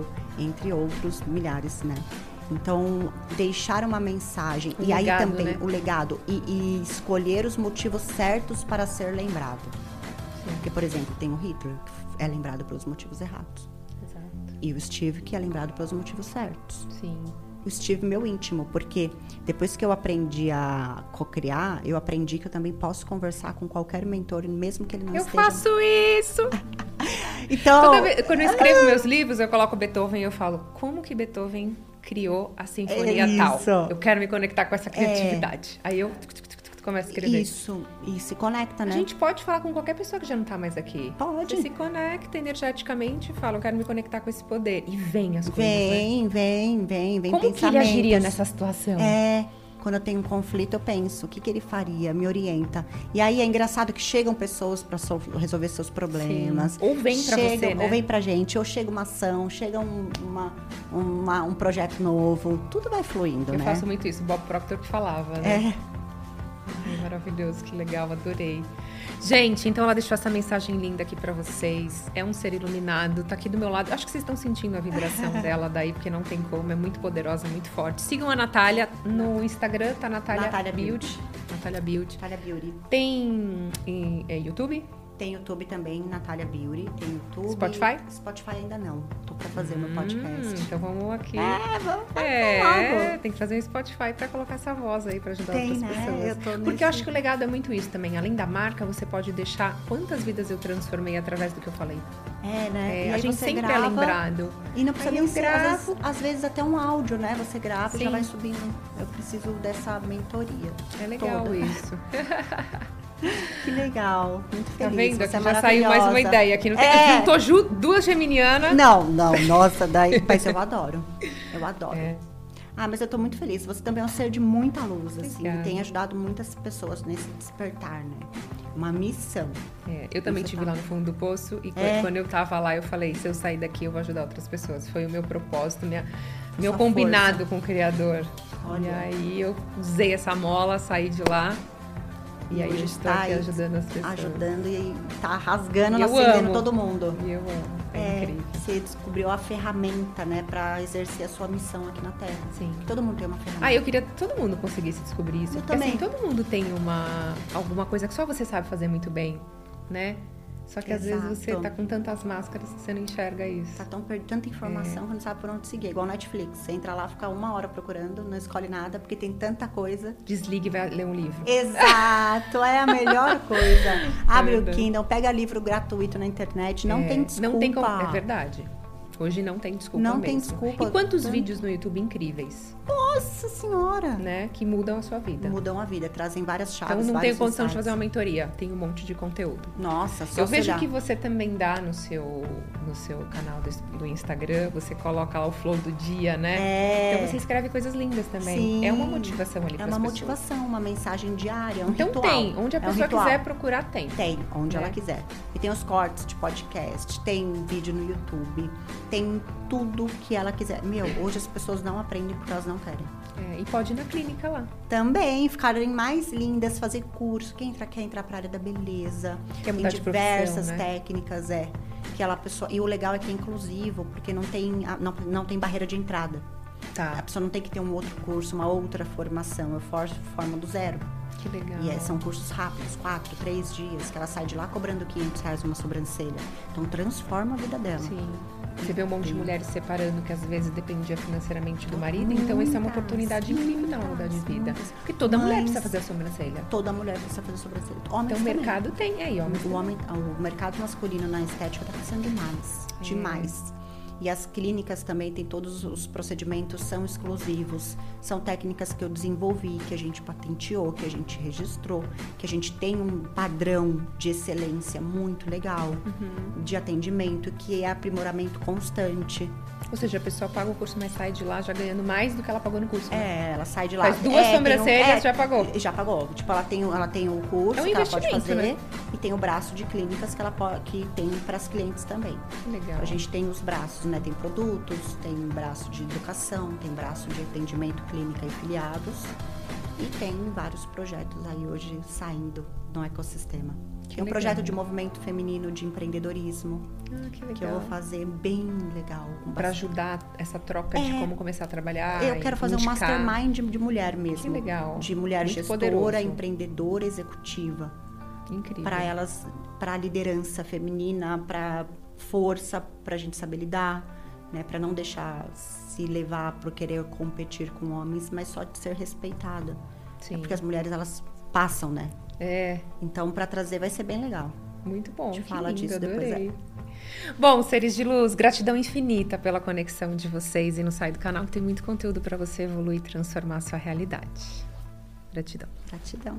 Speaker 2: Apple, entre outros milhares, né? Então, deixar uma mensagem
Speaker 1: Um
Speaker 2: e aí
Speaker 1: legado,
Speaker 2: também
Speaker 1: né?
Speaker 2: o legado e, e escolher os motivos certos para ser lembrado. Porque, por exemplo, tem o Hitler, que é lembrado pelos motivos errados.
Speaker 1: Exato.
Speaker 2: E o Steve, que é lembrado pelos motivos certos.
Speaker 1: Sim.
Speaker 2: O Steve, meu íntimo, porque depois que eu aprendi a cocriar, eu aprendi que eu também posso conversar com qualquer mentor, mesmo que ele não
Speaker 1: Eu
Speaker 2: esteja.
Speaker 1: faço isso!
Speaker 2: Então,
Speaker 1: Toda vez, quando eu escrevo meus livros, eu coloco Beethoven e eu falo, como que Beethoven criou a sinfonia
Speaker 2: É
Speaker 1: tal?
Speaker 2: isso. É.
Speaker 1: Eu quero me conectar com essa criatividade. Aí eu tuc, tuc, tuc, tuc, começo a escrever.
Speaker 2: isso, e se conecta,
Speaker 1: A
Speaker 2: né?
Speaker 1: gente pode falar com qualquer pessoa que já não tá mais aqui.
Speaker 2: Pode.
Speaker 1: Você se conecta energeticamente e fala, eu quero me conectar com esse poder. E vem as coisas, né?
Speaker 2: vem, vem, vem, vem
Speaker 1: Como que ele
Speaker 2: pensamentos.
Speaker 1: agiria nessa situação?
Speaker 2: É. Quando eu tenho um conflito, eu penso, o que, que ele faria? Me orienta. E aí é engraçado que chegam pessoas para resolver seus problemas.
Speaker 1: Sim. Ou vem pra
Speaker 2: Chegam-
Speaker 1: você, né?
Speaker 2: Ou um, vem pra gente, ou chega uma ação, chega um, uma- uma- um projeto novo. Tudo vai fluindo,
Speaker 1: Eu
Speaker 2: né?
Speaker 1: faço muito isso, Bob Proctor que falava, né?
Speaker 2: É.
Speaker 1: Ai, maravilhoso, que legal, adorei. Gente, então ela deixou essa mensagem linda aqui pra vocês. É um ser iluminado, tá aqui do meu lado. Acho que vocês estão sentindo a vibração dela daí, porque não tem como, é muito poderosa, muito forte. Sigam a Natália no Instagram, tá Natália,
Speaker 2: Natália
Speaker 1: Build.
Speaker 2: Build.
Speaker 1: Natália Build.
Speaker 2: Natália Beauty.
Speaker 1: Tem em- é, YouTube?
Speaker 2: Tem YouTube também, Natália Beauty. Tem YouTube.
Speaker 1: Spotify?
Speaker 2: Spotify ainda não. Tô pra fazer meu
Speaker 1: Hum,
Speaker 2: podcast.
Speaker 1: então vamos aqui.
Speaker 2: É, vamos fazer
Speaker 1: É,
Speaker 2: logo.
Speaker 1: tem que fazer um Spotify pra colocar essa voz aí pra ajudar
Speaker 2: Tem,
Speaker 1: outras
Speaker 2: né?
Speaker 1: pessoas.
Speaker 2: Eu tô
Speaker 1: Porque
Speaker 2: nesse-
Speaker 1: eu acho que o legado é muito isso também. Além da marca, você pode deixar quantas vidas eu transformei através do que eu falei.
Speaker 2: É, né?
Speaker 1: É,
Speaker 2: e aí
Speaker 1: a gente
Speaker 2: você
Speaker 1: sempre é
Speaker 2: grava,
Speaker 1: lembrado.
Speaker 2: E não precisa
Speaker 1: Aí
Speaker 2: nem
Speaker 1: eu
Speaker 2: ser, às
Speaker 1: gravo.
Speaker 2: vezes, às vezes até um áudio, né? Você grava e
Speaker 1: Sim.
Speaker 2: já vai subindo. Eu preciso dessa mentoria.
Speaker 1: É legal
Speaker 2: toda.
Speaker 1: isso.
Speaker 2: Que legal. Muito
Speaker 1: Tá
Speaker 2: feliz.
Speaker 1: vendo?
Speaker 2: Você
Speaker 1: Aqui
Speaker 2: é
Speaker 1: já saiu mais uma
Speaker 2: maravilhosa.
Speaker 1: ideia. Aqui não tem...
Speaker 2: É.
Speaker 1: Juntou ju- duas geminianas.
Speaker 2: Não, não, nossa, daí. Mas eu adoro. Eu adoro.
Speaker 1: É.
Speaker 2: Ah, mas eu tô muito feliz. Você também é um ser de muita luz, assim.
Speaker 1: Obrigada.
Speaker 2: E tem ajudado muitas pessoas nesse despertar, né? Uma missão.
Speaker 1: É, eu também
Speaker 2: Você
Speaker 1: tive
Speaker 2: tá-
Speaker 1: lá no fundo do poço e
Speaker 2: É.
Speaker 1: quando eu tava lá, eu falei, se eu sair daqui, eu vou ajudar outras pessoas. Foi o meu propósito, minha, meu
Speaker 2: Sua
Speaker 1: combinado com o criador.
Speaker 2: Olha.
Speaker 1: E aí eu usei essa mola, saí de lá. E, aí eu
Speaker 2: hoje
Speaker 1: estou
Speaker 2: está
Speaker 1: aqui
Speaker 2: aí
Speaker 1: ajudando as pessoas.
Speaker 2: Ajudando e tá rasgando,
Speaker 1: E eu
Speaker 2: acendendo
Speaker 1: amo.
Speaker 2: todo mundo.
Speaker 1: E eu amo. É, incrível.
Speaker 2: você descobriu a ferramenta, né, pra exercer a sua missão aqui na Terra.
Speaker 1: Sim.
Speaker 2: Todo mundo tem uma ferramenta.
Speaker 1: Ah, eu queria que todo mundo conseguisse descobrir isso.
Speaker 2: Eu
Speaker 1: porque, assim,
Speaker 2: também.
Speaker 1: todo mundo tem uma alguma coisa que só você sabe fazer muito bem, né? Só que às vezes você
Speaker 2: Exato.
Speaker 1: tá com tantas máscaras que você não enxerga isso.
Speaker 2: Tá tão perdendo tanta
Speaker 1: É.
Speaker 2: informação que não sabe por onde seguir. Igual Netflix. Você entra lá, fica uma hora procurando, não escolhe nada, porque tem tanta coisa.
Speaker 1: Desligue e vai ler um livro.
Speaker 2: Exato, é a melhor coisa. Abre o
Speaker 1: É verdade.
Speaker 2: Kindle, pega livro gratuito na internet, não
Speaker 1: É,
Speaker 2: tem desculpa.
Speaker 1: Não tem como. É verdade. Hoje não tem desculpa
Speaker 2: Não
Speaker 1: mesmo.
Speaker 2: tem desculpa.
Speaker 1: E quantos
Speaker 2: Tanto-
Speaker 1: vídeos no YouTube incríveis,
Speaker 2: Nossa senhora!
Speaker 1: né? Que mudam a sua vida.
Speaker 2: Mudam a vida, trazem várias chaves,
Speaker 1: Então não
Speaker 2: vários
Speaker 1: tenho condição de
Speaker 2: insights.
Speaker 1: fazer uma mentoria. Tem um monte de conteúdo.
Speaker 2: Nossa, só
Speaker 1: Eu vejo
Speaker 2: será.
Speaker 1: que você também dá no seu, no seu canal do, do Instagram, você coloca lá o flow do dia, né?
Speaker 2: É,
Speaker 1: Então você escreve coisas lindas também.
Speaker 2: Sim.
Speaker 1: É uma motivação ali
Speaker 2: é
Speaker 1: para
Speaker 2: uma
Speaker 1: as pessoas.
Speaker 2: motivação, uma mensagem diária, um
Speaker 1: Então
Speaker 2: ritual.
Speaker 1: tem, onde a
Speaker 2: É um
Speaker 1: pessoa
Speaker 2: ritual.
Speaker 1: quiser procurar tem.
Speaker 2: Tem, onde
Speaker 1: É.
Speaker 2: ela quiser. E tem os cortes de podcast, tem um vídeo no YouTube, tem tudo que ela quiser. Meu, hoje as pessoas não aprendem porque elas não querem.
Speaker 1: É, e pode ir na clínica lá.
Speaker 2: Também ficarem mais lindas, fazer curso. Quem entra, quer entrar pra área da beleza.
Speaker 1: Quer
Speaker 2: tem
Speaker 1: mudar é de
Speaker 2: diversas
Speaker 1: profissão, né?
Speaker 2: técnicas, é. Que ela pessoa. E o legal é que é inclusivo, porque não tem, a- não, não tem barreira de entrada.
Speaker 1: Tá.
Speaker 2: A pessoa não tem que ter um outro curso, uma outra formação. Eu for, formo do zero.
Speaker 1: Que legal.
Speaker 2: E é, são cursos rápidos, quatro, três dias, que ela sai de lá cobrando 500 reais uma sobrancelha. Então transforma a vida dela.
Speaker 1: Sim. Você vê um monte de mulheres separando que às vezes dependia financeiramente do marido, então isso é uma
Speaker 2: Muitas,
Speaker 1: oportunidade incrível da mudar de
Speaker 2: muitas,
Speaker 1: vida.
Speaker 2: muitas.
Speaker 1: Porque toda mulher
Speaker 2: Mas-
Speaker 1: precisa fazer a sobrancelha.
Speaker 2: Toda mulher precisa fazer sobrancelha. Homens
Speaker 1: Então o
Speaker 2: também.
Speaker 1: mercado tem aí, ó.
Speaker 2: Então, O, homem, o mercado masculino na estética tá crescendo demais.
Speaker 1: É.
Speaker 2: Demais. E as clínicas também têm todos os procedimentos são exclusivos. São técnicas que eu desenvolvi, que a gente patenteou, que a gente registrou, que a gente tem um padrão de excelência muito legal
Speaker 1: Uhum.
Speaker 2: de atendimento, que é aprimoramento constante.
Speaker 1: Ou seja, a pessoa paga o curso, mas sai de lá já ganhando mais do que ela pagou no curso. né?
Speaker 2: É, ela sai de lá.
Speaker 1: Faz duas
Speaker 2: é, tem um-
Speaker 1: sobrancelhas,
Speaker 2: é,
Speaker 1: já pagou.
Speaker 2: Já pagou. Tipo, ela tem, o- ela tem o curso
Speaker 1: É um
Speaker 2: que ela pode
Speaker 1: investimento,
Speaker 2: fazer
Speaker 1: né?
Speaker 2: e tem o braço de clínicas que ela po- que tem para as clientes também.
Speaker 1: Que legal.
Speaker 2: é, A gente tem os braços, né? Tem produtos, tem braço de educação, tem braço de atendimento clínica e filiados. E tem vários projetos aí hoje saindo no ecossistema.
Speaker 1: Que
Speaker 2: tem um
Speaker 1: legal.
Speaker 2: projeto de movimento feminino de empreendedorismo
Speaker 1: Ah, que legal.
Speaker 2: que eu vou fazer bem legal. com
Speaker 1: Pra
Speaker 2: bastante-
Speaker 1: ajudar essa troca de
Speaker 2: É.
Speaker 1: como começar a trabalhar.
Speaker 2: eu
Speaker 1: e
Speaker 2: quero fazer um
Speaker 1: indicar.
Speaker 2: mastermind de mulher mesmo.
Speaker 1: Que legal.
Speaker 2: De mulher
Speaker 1: Muito
Speaker 2: gestora,
Speaker 1: poderoso.
Speaker 2: empreendedora, executiva.
Speaker 1: Incrível.
Speaker 2: Pra elas, pra liderança feminina, pra força, pra gente saber lidar, né? Para não deixar se levar por querer competir com homens, mas só de ser respeitada.
Speaker 1: Sim.
Speaker 2: É porque as mulheres elas passam, né?
Speaker 1: É,
Speaker 2: Então, pra trazer vai ser bem legal.
Speaker 1: muito bom.
Speaker 2: gente
Speaker 1: que
Speaker 2: fala
Speaker 1: lindo,
Speaker 2: disso depois, é.
Speaker 1: adorei. Bom, seres de luz, gratidão infinita pela conexão de vocês e não sai do canal que tem muito conteúdo pra você evoluir e transformar a sua realidade. Gratidão.
Speaker 2: Gratidão.